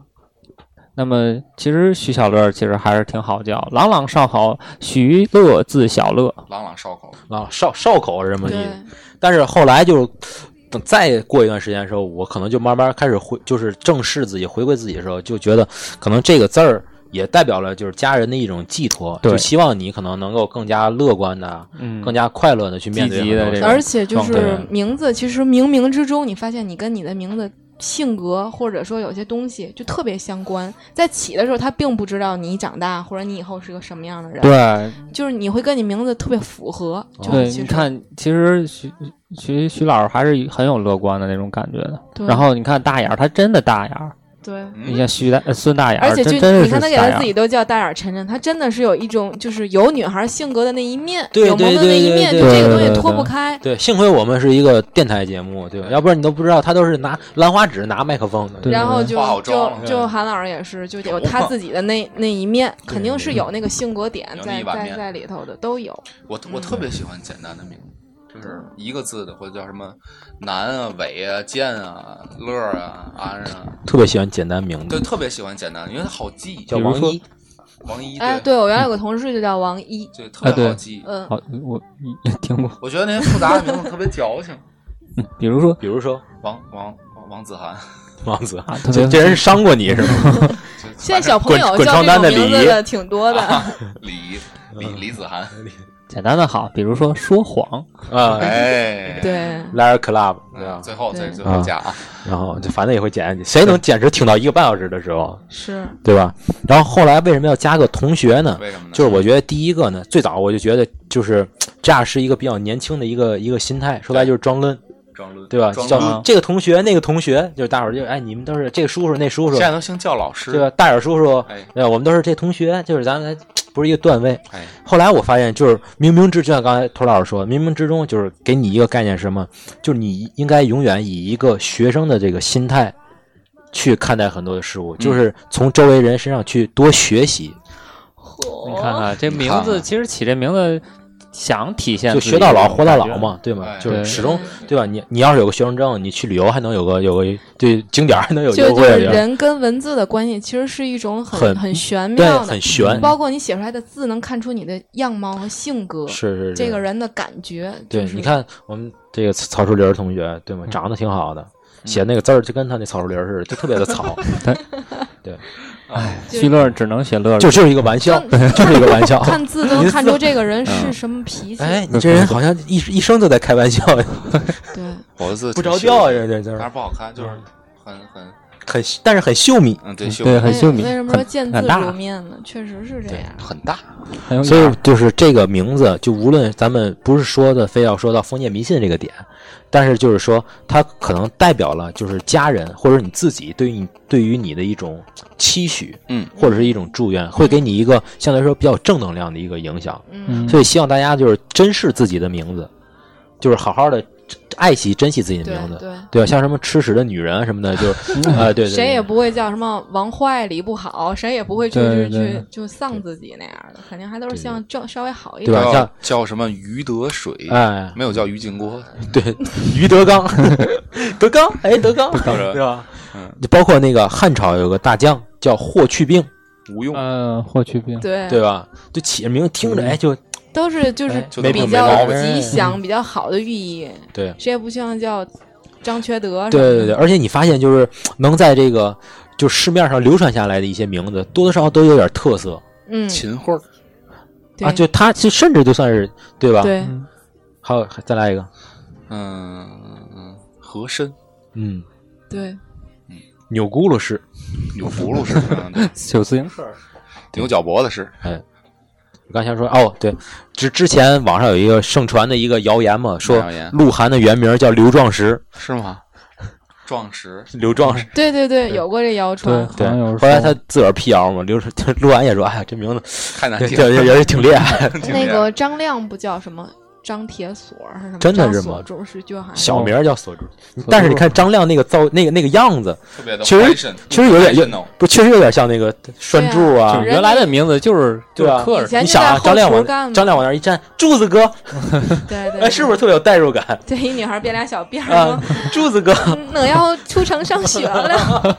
S7: 那么其实徐小乐其实还是挺好叫，朗朗上好，徐乐字小乐，
S1: 朗朗少口，
S5: 啊，少少口是这么意
S6: 对
S5: 思。但是后来就等再过一段时间的时候，我可能就慢慢开始回，就是正视自己、回归自己的时候，就觉得可能这个字儿也代表了就是家人的一种寄托，
S7: 对
S5: 就希望你可能能够更加乐观的、
S7: 嗯
S5: 更加快乐的去面对
S7: 积极的
S5: 很多
S7: 这
S5: 事
S7: 种
S5: 儿
S6: 而且就
S7: 状
S6: 是
S5: 态
S6: 名字，其实冥冥之中，你发现你跟你的名字、性格或者说有些东西就特别相关。在起的时候，他并不知道你长大或者你以后是个什么样的人，
S7: 对
S6: 就是你会跟你名字特别符合。就是
S7: 对，
S6: 其
S7: 你
S6: 实，
S7: 看，其实徐徐徐老师还是很有乐观的那种感觉的。
S6: 对
S7: 然后你看大眼儿，他真的大眼儿，
S6: 对。
S7: 你
S1: 嗯，
S7: 像徐大呃孙大眼儿，
S6: 而且就
S7: 真真
S6: 你
S7: 是
S6: 看，他给
S7: 大
S6: 他
S7: 眼
S6: 自己
S7: 儿。
S6: 都叫大眼儿晨晨，他真的是有一种就是有女孩性格的那一面，
S5: 对
S6: 有萌
S5: 对
S6: 的那
S5: 对
S6: 一
S5: 对
S6: 面，就
S5: 对
S6: 这
S7: 对
S6: 个东
S7: 对
S6: 西
S7: 对
S6: 脱
S7: 对
S6: 不开。
S5: 对，幸亏我们是一个电台节目，对吧？要不然你都不知道，他都是拿兰花指、拿麦克风的。
S7: 对
S6: 然后
S7: 对
S6: 就
S1: 化好妆
S6: 就
S1: 了
S6: 就韩老师也是，就有
S1: 有
S6: 他
S1: 嘛
S6: 自己的那那一面，肯定是有那个性格点
S1: 有那
S6: 在
S1: 一碗
S6: 在
S1: 面
S6: 在里头的，都有。
S1: 我我特别喜欢简单的名字，就是一个字的，或者叫什么南啊、伟啊、健啊、乐啊、安啊，
S5: 特别喜欢简单名
S1: 对，
S5: 字，
S1: 特别喜欢简单，因为它好记。
S5: 叫王
S7: 比如
S5: 一，
S1: 王一
S6: 哎，
S1: 对，
S6: 对我原来有个同事就叫王一，
S1: 对，特别
S7: 啊
S1: 好
S7: 对
S1: 记。
S6: 嗯，
S7: 嗯好，我也听过，嗯
S1: 我觉得那些复杂的名字特别矫情，
S7: 比如说
S5: 比如说
S1: 王王王王子涵。
S5: 王子。
S7: 啊，特
S5: 这
S7: 别
S5: 这人伤过你是吗？
S7: [laughs]
S1: 就啊
S6: 现在小朋
S5: 滚
S6: 友
S5: 滚
S6: 叫
S5: 床
S6: 这
S5: 单
S6: 种
S5: 的
S6: 名字
S5: 李
S6: 的挺多
S7: [laughs]
S6: 的，
S1: 李
S5: 嗯
S1: 李李子涵，
S7: 简单的好，比如说说谎，
S5: 啊
S1: 哎，
S6: 对，
S5: ，Liar Club，对
S1: 嗯，
S5: 啊吧？
S1: 最后这
S6: 对
S1: 最后加啊，
S5: 然后就反正也会剪，谁能坚持听到一个半小时的时候，
S6: 是
S5: 对吧？然后后来为什么要加个同学
S7: 嗯
S5: 呢？
S1: 为什么呢？
S5: 就是我觉得第一个呢，最早我就觉得就是这样是一个比较年轻的一个一个心态，说白了就是装嫩，
S1: 装轮
S5: 对吧？
S1: 装
S5: 叫
S1: 轮
S7: 嫩啊
S5: 这个同学那个同学，就是大伙儿就哎，你们都是这个叔叔那叔叔
S1: 现，在都兴叫老师，
S5: 对吧？啊大眼叔叔，
S1: 哎
S5: 对吧，我们都是这同学，就是咱们不是一个段位。
S1: 哎，
S5: 后来我发现，就是冥冥之，就像刚才涂老师说，冥冥之中就是给你一个概念，是什么？就是你应该永远以一个学生的这个心态去看待很多的事物，
S7: 嗯
S5: 就是从周围人身上去多学习，
S7: 你看看这
S1: 你
S7: 名
S1: 看
S7: 字，
S1: 看
S7: 其实起这名字想体现
S5: 就
S7: 自
S5: 学
S7: 己
S5: 到
S7: 这
S5: 老
S7: 种
S5: 活到
S7: 感
S5: 老
S7: 觉，
S5: 嘛，对吗
S1: 哎？
S5: 就是始
S6: 对
S5: 终对吧？啊你你要是有个学生证，你去旅游还能有个有个对景点儿还能有
S6: 就
S5: 优
S6: 就
S5: 惠
S6: 是
S5: 的地儿，
S6: 人跟文字的关系，其实是一种很
S5: 很
S6: 很玄
S5: 对，
S6: 妙的
S5: 很，悬，
S6: 包括你写出来的字能看出你的样貌和性格，
S5: 是是是
S6: 这个。人的嗯感觉。
S5: 对，
S6: 就是
S5: 你，看我们这个曹树林儿同学，对吗？长得挺好的，
S6: 嗯
S5: 写那个字儿就跟他那草树林儿似的，就特别
S6: [laughs]
S5: 的草。
S6: 就
S7: 徐乐只能写乐，
S5: 就就是一个玩笑，
S6: 嗯
S5: [laughs] 就是一个玩笑。 [laughs]
S6: 看字都能看出这个人是
S7: 嗯
S6: 什么脾气，
S5: 哎，你这人好像一一生都在开玩笑，
S6: 对，
S1: 我的字
S5: 不着调啊
S1: 呀，
S5: 呀，这这嗯
S1: 但是不好看，就是很很
S5: 很，但是很秀米，
S1: 嗯，对，秀
S7: 对，很
S6: 哎
S7: 秀敏，
S6: 为什么说
S7: 很
S6: 见字
S7: 很大
S6: 如面呢？确实是这
S5: 对
S6: 样。
S1: 很大，
S7: 很有
S5: 所以
S7: 雅
S5: 就是这个名字，就无论咱们不是说的非要说到封建迷信这个点，但是就是说它可能代表了就是家人或者你自己对于你对于你的一种期许，
S1: 嗯，
S5: 或者是一种祝愿，会给你一个相对来说比较正能量的一个影响。
S6: 嗯，
S7: 嗯，
S5: 所以希望大家就是珍视自己的名字，就是好好的爱惜珍惜自己的
S6: 对
S5: 名字。
S6: 对，
S5: 对吧？像什么吃屎的女人啊什么的，就啊、对对对，
S6: 谁也不会叫什么王坏李不好，谁也不会去
S7: 对
S6: 去
S7: 对
S6: 去就丧自己那样的，肯定还都是
S5: 对
S6: 希望正稍微好一
S5: 对
S6: 点。
S5: 吧
S1: 叫
S5: 像
S1: 叫什么于德水，
S5: 哎，
S1: 没有叫于靖国的，
S5: 对，于德刚， [laughs] 德刚，哎，德刚，
S1: 刚
S5: 对吧？
S1: 嗯，
S5: 包括那个汉朝有个大将叫霍去病，
S1: 无
S6: 嗯
S1: 用，
S7: 呃，霍去病，
S6: 对
S5: 对吧？就起名听着，哎，就
S6: 都是就是
S5: 哎
S1: 就
S5: 没
S1: 这么
S6: 比
S1: 没毛
S6: 较
S1: 病。
S6: 吉祥、比较好的寓意，
S5: 对，
S6: 谁也不希望叫张缺德。
S5: 对对对，，而且你发现就是能在这个就市面上流传下来的一些名字，多多少少都有点特色
S6: 嗯，
S1: 秦桧儿，
S6: 对
S5: 啊，就他就甚至就算是对吧？，
S6: 对，
S7: 嗯
S5: 还有再来一个，
S1: 嗯，和珅，
S5: 嗯，
S6: 对，
S5: 钮钴禄氏，
S1: 有葫芦是，嗯对
S7: 九字形，
S1: 牛角脖子是，
S5: 我刚才说哦，对，之之前网上有一个盛传的一个谣言嘛，说
S1: 谣言
S5: 鹿晗的原名叫刘壮实，
S1: 是吗？ [laughs] 壮实，
S5: 刘壮实。
S6: 对对对，有过这谣
S7: 对，
S6: 传
S7: 好，
S5: 对
S7: 像有
S5: [laughs]
S7: 人，
S5: 后来
S7: 说
S5: 他自个儿辟谣嘛，刘 [laughs] 是鹿晗也说：“哎呀，这 [laughs] 名字
S1: 太难
S5: 这
S1: 听
S5: 这
S1: 了，
S5: 这人挺厉害，
S1: [laughs] 挺
S6: 那
S1: 厉害
S6: 个张亮不叫什么张铁锁还是什么？
S5: 真的是
S6: 张
S5: 吗
S6: 锁柱是就好像
S5: 小名儿叫锁住。但是你看张亮那个造那个那个样子，
S1: 特别的
S5: 其实
S1: fashion，
S5: 其实有点
S1: fashion 哦
S5: 不确实有点像那个栓柱
S6: 对
S5: 啊
S6: 啊。
S7: 原来的名字就是
S5: 对
S7: 就是
S5: 啊
S7: 客人
S6: 以，前
S5: 你
S6: 就
S5: 想啊
S6: 在，后
S5: 张亮往
S6: 厨干嘛
S5: 张亮往那儿一站，柱子哥，
S6: 对对，
S5: 哎，是不是
S6: 对？
S5: 特别有代入感
S6: 对，一女孩变俩小辫儿
S5: 啊
S6: 说：“
S5: 柱子哥，
S6: 嗯我要出城上学了，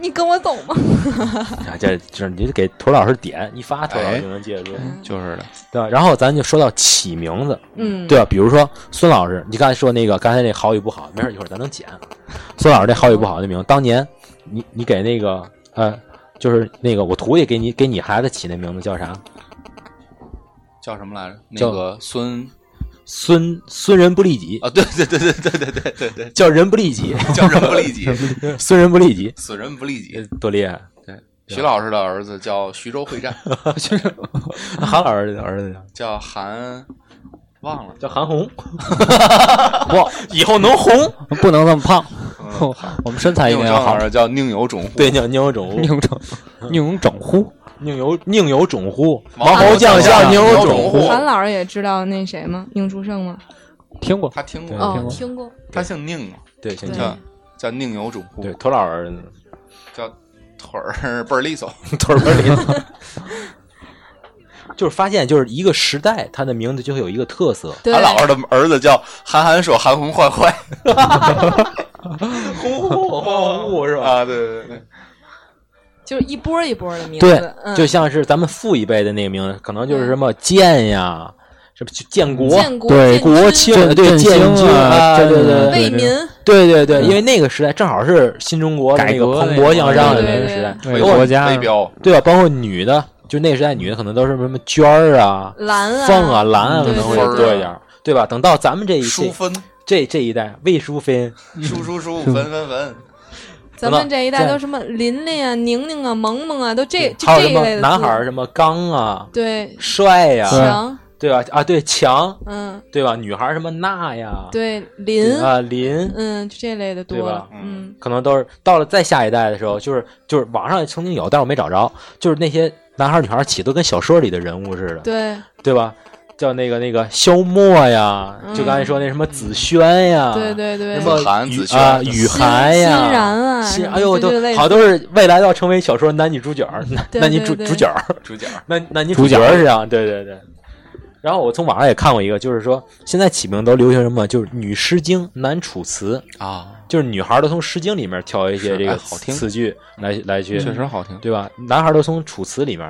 S6: 你跟我走吗？
S5: [laughs] 啊这这你就给头老师点一发，头老
S1: 哎
S5: 师就能记得住，
S1: 就是的，
S5: 对吧？然后咱就说到起名字，
S6: 嗯，
S5: 对吧？啊比如说孙老师，你刚才说那个刚才那好与不好，没事，一会儿咱能剪。啊孙老师这好与不好的名，当年你你给那个呃，就是那个我徒弟给你给你孩子起那名字叫啥？
S1: 叫什么来着？那
S5: 叫
S1: 个孙
S5: 孙孙人不利己，
S1: 啊，对对对对对对对对对，
S5: 叫人不利 [laughs] 己，
S1: 叫人不利己，
S5: 孙人不利己，
S1: 损人不利
S5: [laughs]
S1: 己。
S5: 多厉害！
S1: 徐老师的儿子叫徐州会战，
S5: 那韩老师的儿子叫
S1: 叫韩，忘
S5: [laughs]
S1: 了，
S5: 叫韩红，哇，以后能红？
S7: 不能那么胖，
S1: 嗯
S5: [laughs]
S7: 我们身材一
S1: 宁
S7: 定
S1: 有
S7: 要
S1: 张
S7: 好
S1: 老。师叫宁有种户，
S5: 对，宁宁有种乎，
S7: [laughs] 宁整宁整乎，
S5: 宁有宁有种乎，
S1: 王
S5: 王侯将相宁有种乎
S1: 哦。
S6: 韩老师也知道那谁吗？宁书圣吗？
S7: 听过
S1: 他听
S5: 对
S1: 过，
S6: 哦
S7: 听，过
S6: 听过。
S1: 他姓宁嘛，
S5: 对，行
S6: 对
S5: 行，
S1: 叫叫宁有种户
S5: 对，，头老师儿子。
S1: 叫腿儿倍儿利索，
S5: [laughs] 腿儿里。就是发现，就是一个时代，它的名字就会有一个特
S1: [laughs]
S5: 色。
S6: 对，
S1: 韩老师的儿子叫韩寒说韩红坏
S5: [laughs]
S1: 坏，
S5: 呼呼呼呼，是？
S1: 啊，对对对，
S6: 就是一波一波的名
S5: 对
S6: 字，，嗯，
S5: 就像是咱们父一辈的那个名字，可能就是什么建呀，什么建国、
S6: 建国、
S7: 对
S6: 建
S5: 国
S6: 军
S5: 庆，对
S7: 振兴
S5: 建军
S7: 啊
S5: 对对
S7: 振
S5: 对对
S7: 兴
S6: 为民，
S5: 对对对，因为那个时代正好是新中国的那个
S7: 改革
S5: 蓬
S7: 那
S5: 勃
S7: 种
S5: 向上的
S6: 对
S5: 那
S6: 对
S5: 个时代，
S7: 对
S5: 包括
S7: 国家
S1: 飞镖，
S5: 对吧？啊包括女的，就那个时代女的可能都是什么娟儿啊、
S6: 蓝啊，
S5: 凤啊、蓝啊，可能会
S1: 对对
S5: 多一点儿，对吧？等到咱们这一嗯
S1: 淑
S5: 这
S1: 芬，
S5: 这这一代，魏淑芬，
S1: 舒舒舒，分分分，
S6: 咱们这一代都什么琳琳啊、宁宁啊、萌萌啊，都这就
S5: 还
S6: 这
S5: 有什
S6: 一类
S5: 么
S6: 的
S5: 男孩儿
S6: 字
S5: 什么刚啊、
S6: 对
S5: 帅呀、
S7: 对
S6: 强，
S5: 对吧？啊，对强，
S6: 嗯，
S5: 对吧？女孩儿什么娜呀，
S6: 对林，
S5: 啊林，
S6: 嗯，就这类的多
S5: 对吧
S6: 了，嗯，
S5: 可能都是到了再下一代的时候，就是就是网上曾经有，但是我没找着，就是那些男孩儿女孩儿起都跟小说里的人物似的，
S6: 对
S5: 对吧？叫那个那个萧默呀，
S6: 嗯
S5: 就刚才说那什么子轩呀，
S6: 对对对，
S5: 什么
S1: 子涵
S5: 雨
S1: 子轩
S5: 啊，雨
S6: 欣
S5: 涵呀，
S6: 欣然啊，
S5: 欣
S6: 什么
S5: 哎呦，
S6: 就
S5: 都
S6: 就类似
S5: 好像都是未来要成为小说男女主角儿，男
S6: 对
S5: 男女
S6: 对
S5: 主
S6: 对
S5: 主角儿，
S1: 主角，
S5: 那那你主角是这样，对对对。然后我从网上也看过一个，就是说现在起名都流行什么，就是女《诗经》、男《楚辞》，
S1: 啊，
S5: 就是女孩儿都从《诗经》里面挑一些
S1: 是
S5: 这个
S1: 哎好听
S5: 词句来来去，
S1: 确实好听，
S5: 对吧？男孩儿都从《楚辞》里面，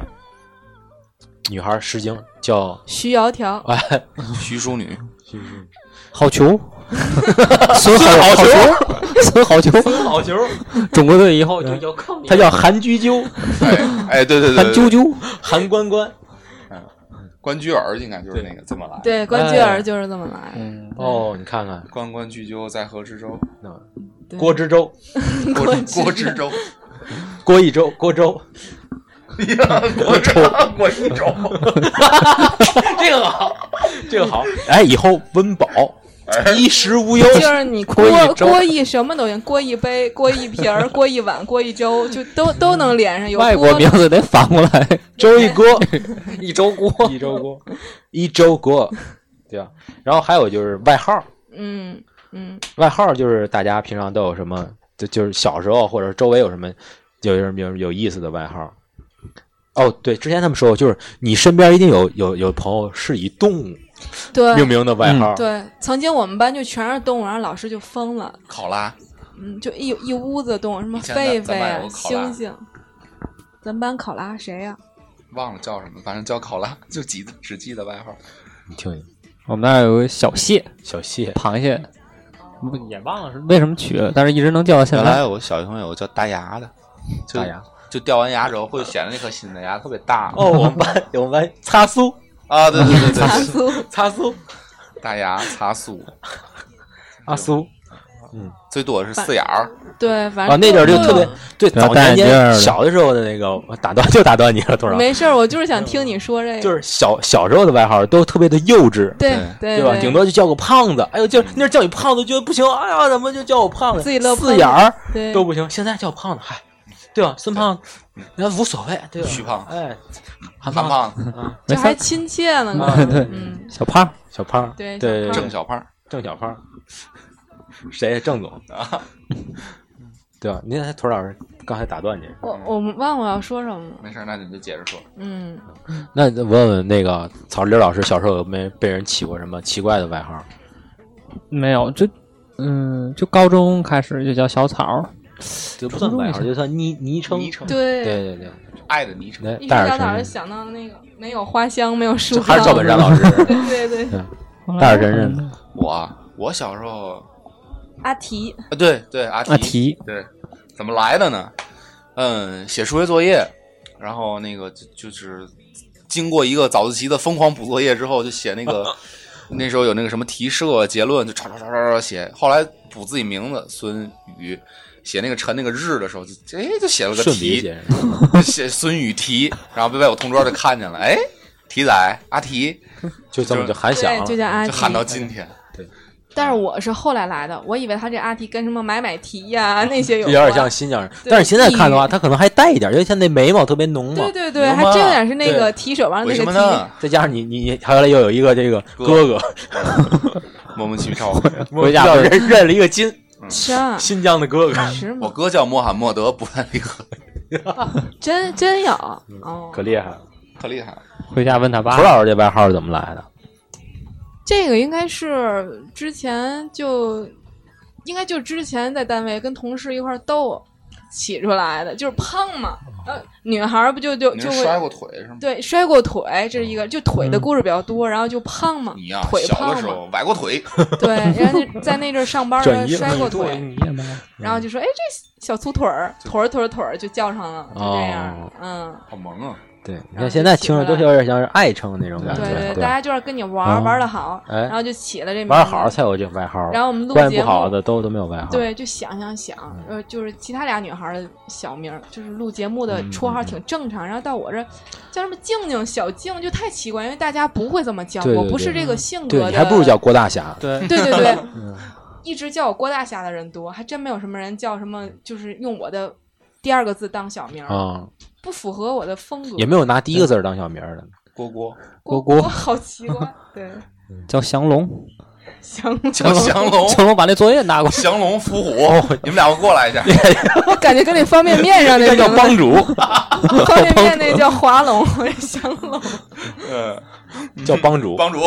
S5: 女孩儿《诗经》叫
S6: 徐窈窕，
S5: 哎，
S1: 徐淑
S5: [laughs]
S1: 女，
S7: 好球，孙好球，孙好球，
S5: 好球，
S7: 中国队以后就
S3: 有空
S5: 她叫韩居鸠、
S1: 哎哎，对对对
S7: 韩
S1: 对
S7: 啾
S1: 对，
S7: 啾，
S5: 韩关关。
S1: 关雎尔应该就是那个这么来，
S5: 哎嗯
S6: 对，关雎尔就是这么来的，
S5: 哦，你看看， [laughs]
S1: 关关雎鸠，在河之洲，
S5: 那
S6: 对
S5: 郭知州、
S1: 郭郭知州，
S5: 郭一州、郭州，
S1: [laughs] 郭州，郭一州，
S5: [laughs] 这个好，这个好。哎，以后温饱，
S1: 哎
S5: 衣食无忧。
S6: 就是你锅
S5: 郭一粥
S6: 锅一什么都行，锅一杯、锅一瓶儿、锅一碗、锅一粥，就都都能连上。有
S7: 外国
S6: 锅
S7: 名字得反过来，
S5: 周一锅，
S7: 一周锅。
S5: [laughs] 一周锅，一周锅， [laughs] 对吧？然后还有就是外号，
S6: 嗯嗯，
S5: 外号就是大家平常都有什么，就就是小时候或者周围有什么有有有有意思的外号。哦，对，之前他们说过，就是你身边一定有有有朋友是以动物
S6: 对
S5: 命名的外号，
S6: 对，曾经我们班就全是动物，然后老师就疯了，
S1: 考拉，
S6: 嗯，就一一屋子动物，什么
S1: 以前咱
S6: 狒狒
S1: 咱班
S6: 啊
S1: 有、个考拉
S6: 猩猩。咱班考拉谁呀、
S1: 忘了叫什么，反正叫考拉， [laughs] 就记得只记得外号。
S5: 你听听
S7: 我们那儿有个小蟹，
S5: 小 [laughs] 蟹，
S7: 螃蟹，不哦也忘了是为什么取了，但是一直能叫到现
S1: 原
S7: 在。
S1: 来我小学同学有个叫大牙的，就
S5: 大牙，
S1: 就掉完牙之后会显得那颗新的牙特别大。
S5: 哦，我们班我们班擦苏
S1: 啊，对对
S5: [laughs]
S1: 对
S6: 阿
S1: 对，
S6: 苏，
S5: 擦苏
S1: 大牙擦素，啊
S5: 阿苏
S1: 最多是四眼儿，
S6: [laughs] 对，反
S5: 啊，
S6: 正
S5: 那阵儿就
S6: 都
S5: 特别对，
S7: 对啊
S5: 早年
S7: 戴眼镜儿
S5: 间
S7: 的
S5: 小的时候的那个，我打断就打断你了，多少？
S6: 没事儿，我就是想听你说这个，
S5: 就是小小时候的外号都特别的幼稚，
S6: 对
S1: 对
S6: 对
S5: 对吧？顶多就叫个胖子，哎呦，就是那叫你胖子觉得不行，哎呀，怎么就叫我胖子？
S6: 自己乐
S5: 四眼儿
S6: 对
S5: 都不行，现在叫胖子，嗨，对吧？孙胖，那无所谓，对吧？
S1: 徐胖
S5: 哎，嗯韩
S1: 胖
S5: 胖，
S1: 胖子，
S6: 就
S7: 没
S6: 还
S7: 事，
S6: 亲切呢嘛，
S7: 对
S6: 嗯，
S7: 小胖儿，
S5: 小胖，
S6: 对小
S5: 对
S6: 胖
S1: 郑小胖儿，
S5: 郑小胖， [laughs] 谁？郑总啊？ [laughs] 对吧？您还头老师刚才打断您，
S6: 我我们忘我要说什么了，
S1: 没事儿，那你就接着说。
S6: 嗯，
S5: 那问问那个曹林老师，小时候有没被人起过什么奇怪的外号？
S7: 没有，就嗯，就高中开始就叫小草儿，
S5: 就不算外号，就算昵昵称。
S1: 昵称，
S6: 对
S5: 嗯对对对，
S1: 爱的昵称，
S5: 那
S6: 一
S5: 戴
S6: 说
S5: 尔
S6: 小岛就
S5: 神
S6: 想到那个没有花香，没有树
S5: 这
S6: 梢，
S5: 还是赵本山嗯老师，
S6: [laughs] 对对对，
S5: 戴尔神认的。
S1: 我我小时候
S6: 阿提，
S1: 啊，对对，阿
S7: 阿提，
S1: 对，怎么来的呢？嗯，写数学作业，然后那个就就是经过一个早自习的疯狂补作业之后，就写那个 [laughs] 那时候有那个什么题社结论，就抄抄抄抄抄写。后来补自己名字孙宇，写那个陈那个日的时候，就哎就写了个
S5: 顺
S1: 题，
S5: 笔写，
S1: 就写孙宇题，然后被被我同桌就看见了，哎，题仔阿提，
S5: 就这么就喊响
S6: 对，
S5: 了，
S6: 就叫阿
S1: 就
S6: 提。
S1: 喊到今天。
S6: 啊但是我是后来来的，我以为他这阿提跟什么买买提
S1: 啊
S6: 呀那些有
S5: 有
S6: 关，
S5: 点像新疆人。
S6: 对
S5: 但是现在看的话，他可能还带一点，因为他那眉毛特别浓嘛
S6: 对。对对，
S5: 牛
S6: 还
S5: 妈
S6: 真有点是那个提手腕
S1: 为
S6: 那
S1: 什
S6: 个
S1: 么
S6: 提
S1: 呢，？
S5: 再加上你你你后来又有一个这个哥哥，
S1: 莫名其妙，
S5: 我
S7: 回家
S5: 要
S7: 不是
S5: [laughs] 认认了一个金
S6: 是啊，
S5: 新疆的哥哥，
S6: 是
S1: 嗯我
S6: 吗？
S1: 哥叫穆罕默德·布兰利克，
S6: 真真有哦
S5: [laughs] 可。厉害了。
S1: 嗯可厉害了。
S7: 回家问他爸
S5: 涂。老师这外号是怎么来的？
S6: 这个应该是之前就，应该就之前在单位跟同事一块儿斗起出来的，就是胖嘛，呃，女孩儿不就就
S1: 哦你
S6: [laughs] 就是会
S1: 摔过哦嗯腿是吗？
S6: 对，摔过腿，这是一个，就腿的故事比较多，然后就
S1: [laughs]
S6: 胖嘛
S1: 你呀、，
S6: 啊腿
S1: 小的
S6: 胖
S1: 时
S6: 嘛，
S1: 候崴过腿，
S6: 对，然后就在那阵儿上班儿
S5: 转移了
S6: 摔过
S7: 对
S6: 腿，
S7: 你也没有
S6: 然后就说，哎，这小粗腿儿，腿儿腿儿腿儿就叫上了，就这样，
S1: 哦
S6: 嗯，
S1: 好萌啊！
S5: 对，你看现在听着都有点像是爱称那种感
S6: 对
S5: 觉，
S6: 对，
S5: 啊对
S6: 大
S5: 吧。
S6: 家就是跟你玩儿玩的好，
S5: 哎
S6: 然后就起了这名
S5: 玩好
S6: 字，
S5: 才有这个外号，
S6: 然后我们录
S5: 关系
S6: 节
S5: 不好
S6: 目。
S5: 的啊嗯都都没有外号。
S6: 对，就想想想，呃，就是其他俩女孩儿的小名儿，就是录节目的
S5: 嗯
S6: 绰号挺正常。然后到我这儿叫什么静静、小静，就太奇怪，因为大家不会这么叫，
S5: 对
S6: 我
S5: 对
S6: 不
S5: 对
S6: 是这个性格
S5: 对，
S6: 的。
S5: 你还不如叫嗯郭大侠。
S7: 对，
S6: 对对对，一直叫我郭大侠的人多，还真没有什么人叫什么，就是用我的第二个字当小名儿，
S5: 啊，
S6: 不符合我的风格。
S5: 也没有拿第一个字儿当小名儿的。
S1: 郭 [laughs] 郭
S6: 郭
S7: 郭郭
S6: 好奇
S5: [laughs]
S6: 怪。对，
S7: 叫降龙，
S6: 行，
S1: 叫降 [laughs] 龙，
S6: [laughs]
S7: 降龙把那作业拿过来。
S1: 降龙伏虎，你们两个过来 [laughs] 一下。
S6: 我感觉跟那方便面上那
S5: 叫
S6: 名 [laughs]
S5: 帮主，
S6: 字方便面那叫华龙， [laughs] 降龙。
S1: 嗯，
S5: 叫帮主， [laughs]
S1: 帮主，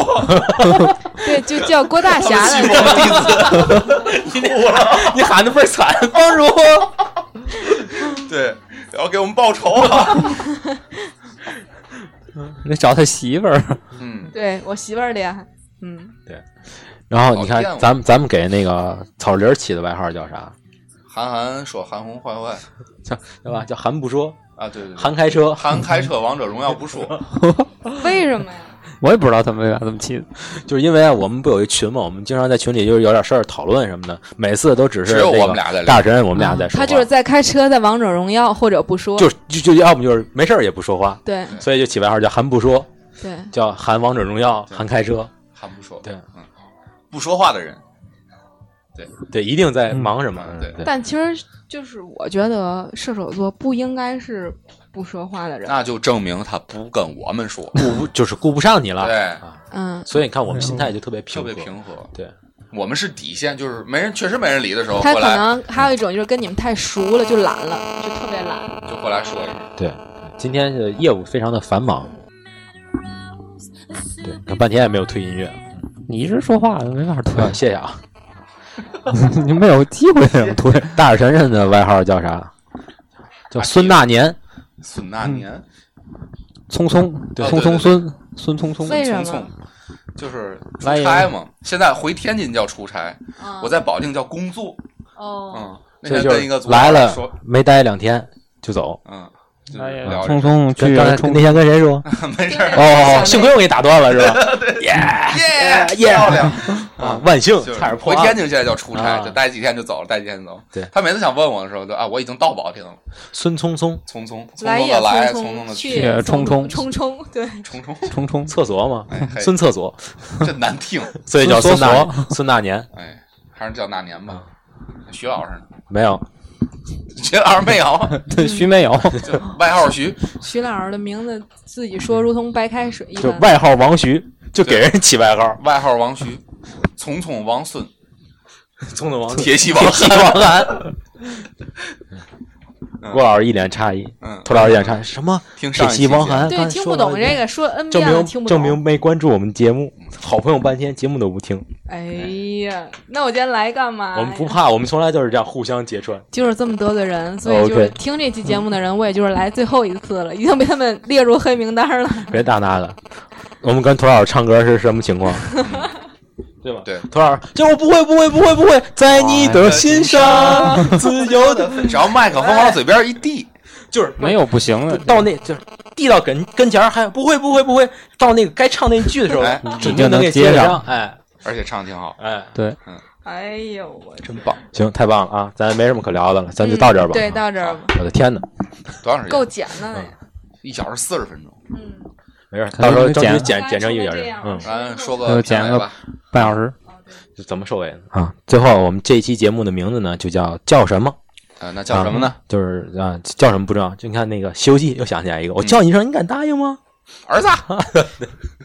S1: [laughs]
S6: 对，就叫郭大侠
S1: 欺
S6: 的
S1: 负。我弟子，哭了。
S5: 你喊的倍儿惨，帮主。 [laughs]
S1: 对，然后给我们报仇啊！
S7: 你得找他媳妇儿。
S1: [laughs] 嗯，
S6: [laughs] 对我媳妇儿厉害，嗯，
S5: [laughs] 然后你
S1: 讨厌我
S5: 看，咱们咱们给那个草林儿起的外号叫啥？
S1: 韩寒说韩红坏坏
S5: 叫对
S6: 嗯
S5: 吧？叫韩不说，
S1: 啊，对对对，
S5: 韩开车， [laughs]
S1: 韩开车王者荣耀不输，
S6: 为什么呀？
S7: 我也不知道他们为啥这么气的。
S5: 就是因为啊我们不有一群嘛，我们经常在群里就是有点事儿讨论什么的，每次都只是
S1: 只有
S5: 这个
S1: 我们俩在聊
S5: 大神我们俩在
S6: 嗯
S5: 说话，
S6: 他就是在开车，在王者荣耀或者不说，
S5: 就就就要么就是没事儿也不说话，
S6: 对
S5: 所以就起外号叫“韩不说
S6: 对”，
S5: 叫“韩王者荣耀”，
S1: 嗯
S5: 韩开车，
S1: 还不说，
S5: 对
S1: 嗯，不说话的人，
S5: 对，一定在忙什么
S1: 嗯，
S5: 对
S6: 但其实就是我觉得射手座不应该是不说话的人，
S1: 那就证明他不跟我们说，
S5: 顾不就是顾不上你了，
S1: 对，
S6: 嗯，
S5: 所以你看我们心态就特别平
S1: 特
S5: 和，
S1: 别啊平和。
S5: 对，
S1: 我们是底线，就是没人，确实没人理的时候，
S6: 他
S1: 过
S6: 可
S1: 来
S6: 能还有一种就是跟你们太熟了，就懒了，就特别懒。
S1: 就过来说一声。
S5: 对，今天的业务非常的繁忙，对，看半天也没有推音乐，
S7: 你一直说话没法推，
S5: 啊谢谢啊。
S7: 你没有机会怎么
S5: [laughs]
S7: 推？
S5: 大耳神人的外号叫啥？叫
S1: 哎
S5: 孙大年，
S1: 孙大年，
S7: 聪聪，
S1: 对
S7: 聪
S1: 对对
S7: 聪孙，孙聪聪，
S6: 为什
S1: 匆
S6: 么
S1: 匆，就是出
S7: 来
S1: 差嘛。现在回天津叫出差，
S6: 嗯
S1: 我在保定叫工作。
S6: 哦，
S1: 嗯，那
S5: 这
S1: 天
S5: 就
S1: 跟一个
S5: 是
S1: 组
S5: 来
S1: 员
S5: 了
S1: 说，
S5: 没待两天
S1: [laughs]
S5: 就走。
S1: 嗯，就
S7: 哎
S1: 是
S7: 呀
S1: 聊这
S7: 聪聪
S5: 跟
S7: 去
S5: 刚才
S7: 冲
S5: 那天跟谁说？
S1: 没事儿，
S5: 哦，幸亏我给你打断了，是吧？
S1: [laughs]
S6: 啊
S1: 耶漂亮，
S5: 啊，万幸，
S1: 就是
S5: 哎差点破
S1: 回
S5: 案
S1: 天津现在叫出差，
S5: 啊
S1: 就待几天就走了，待几天就走。
S5: 对
S1: 他每次想问我的时候，就啊，我已经到保定了，
S5: 孙聪聪，
S1: 匆匆匆
S6: 来
S1: 匆
S6: 也
S1: 的来，匆匆
S6: 匆
S1: 的
S6: 去
S1: 去，
S6: 也
S7: 冲冲
S6: 冲冲，对，
S1: 匆匆，
S7: 冲冲，
S5: 厕所嘛
S1: 哎，嘿
S5: 孙厕所，
S1: 真难听，
S5: 所以叫
S7: 孙
S5: 孙
S7: 索
S5: 大孙大年。
S1: 哎，还是叫那年
S5: 啊
S1: 吧。徐老师呢？
S5: 没有，嗯
S1: 徐老师没有，
S7: 对，徐没有，
S1: 就外号徐，
S6: 徐老师的名字自己说如同白开水一
S5: 就
S6: 般。
S5: 外号王徐， [laughs] 就给人起外号，
S1: 外号王徐，匆匆王孙，
S5: 聪聪
S1: [laughs]
S5: 王
S1: 铁西王
S5: 西王安。郭老师一脸诧异，
S1: 嗯，
S5: 涂老师一脸诧异，什么
S1: 听嗯
S5: 铁
S1: 上一期
S5: 西王
S1: 节目
S5: 涵？
S6: 对
S5: 刚，才
S6: 听
S5: 说
S6: 不
S5: 了
S6: 懂
S5: 一
S6: 这个，说 N
S5: 证
S6: 遍了，
S5: 明
S6: 听不懂。
S5: 证明没关注我们节目，好朋友半天节目都不听，
S6: 哎呀，那我今天来干哎嘛呀？
S5: 我们不怕，我们从来就是这样互相揭穿。
S6: [laughs]
S5: [laughs]
S6: 就是这么得罪人，所以就是
S5: OK
S6: 听这期节目的人，我也就是来最后一次了，已经被他们列入黑名单了。
S5: 别大那个，我们跟涂老师唱歌是什么
S7: [laughs]
S5: 情况？对吧？
S1: 对
S5: 涂老师，就我不会，不会，不会，不会，在你的心上自由的，
S1: 只要麦克风往嘴边一递，
S5: 就是
S7: 没有不行的，
S5: 到那就是递到跟跟前儿，还不会，不会，不会，到那个该唱那句的时候
S1: 哎，
S5: 准
S7: 你就
S5: 能
S7: 能
S5: 给
S7: 接
S5: 上
S7: 上。
S5: 哎
S1: 而且唱得挺好，
S5: 哎，
S7: 对，
S6: [laughs] 哎呦我，
S1: 真棒。
S5: 行，太棒了啊！咱没什么可聊的了，咱就到这儿吧。嗯
S6: 嗯对，到这儿吧，
S5: 我的天哪，
S1: 多长时
S6: 够
S1: 间？
S6: 剪了呀。
S1: 一小时四十分钟，
S6: 嗯，
S5: 没事，
S7: 可
S5: 到
S7: 能
S5: 时候
S7: 就
S5: 争取
S7: 剪
S6: 哎
S5: 剪剪成一个小
S6: 这
S5: 时
S6: 样。哦
S5: 嗯，
S1: 咱说
S7: 呃
S1: 个
S7: 剪
S1: 片尾
S7: 个
S1: 吧。
S7: 半小时，
S5: 这怎么收尾呢？啊，最后我们这一期节目的名字呢，就叫叫什么？
S1: 呃，那叫什么呢？
S5: 啊？就是啊，叫什么不知道。就你看那个《西游记》，又想起来一个，我叫你一声，你敢答应吗？
S1: 儿子，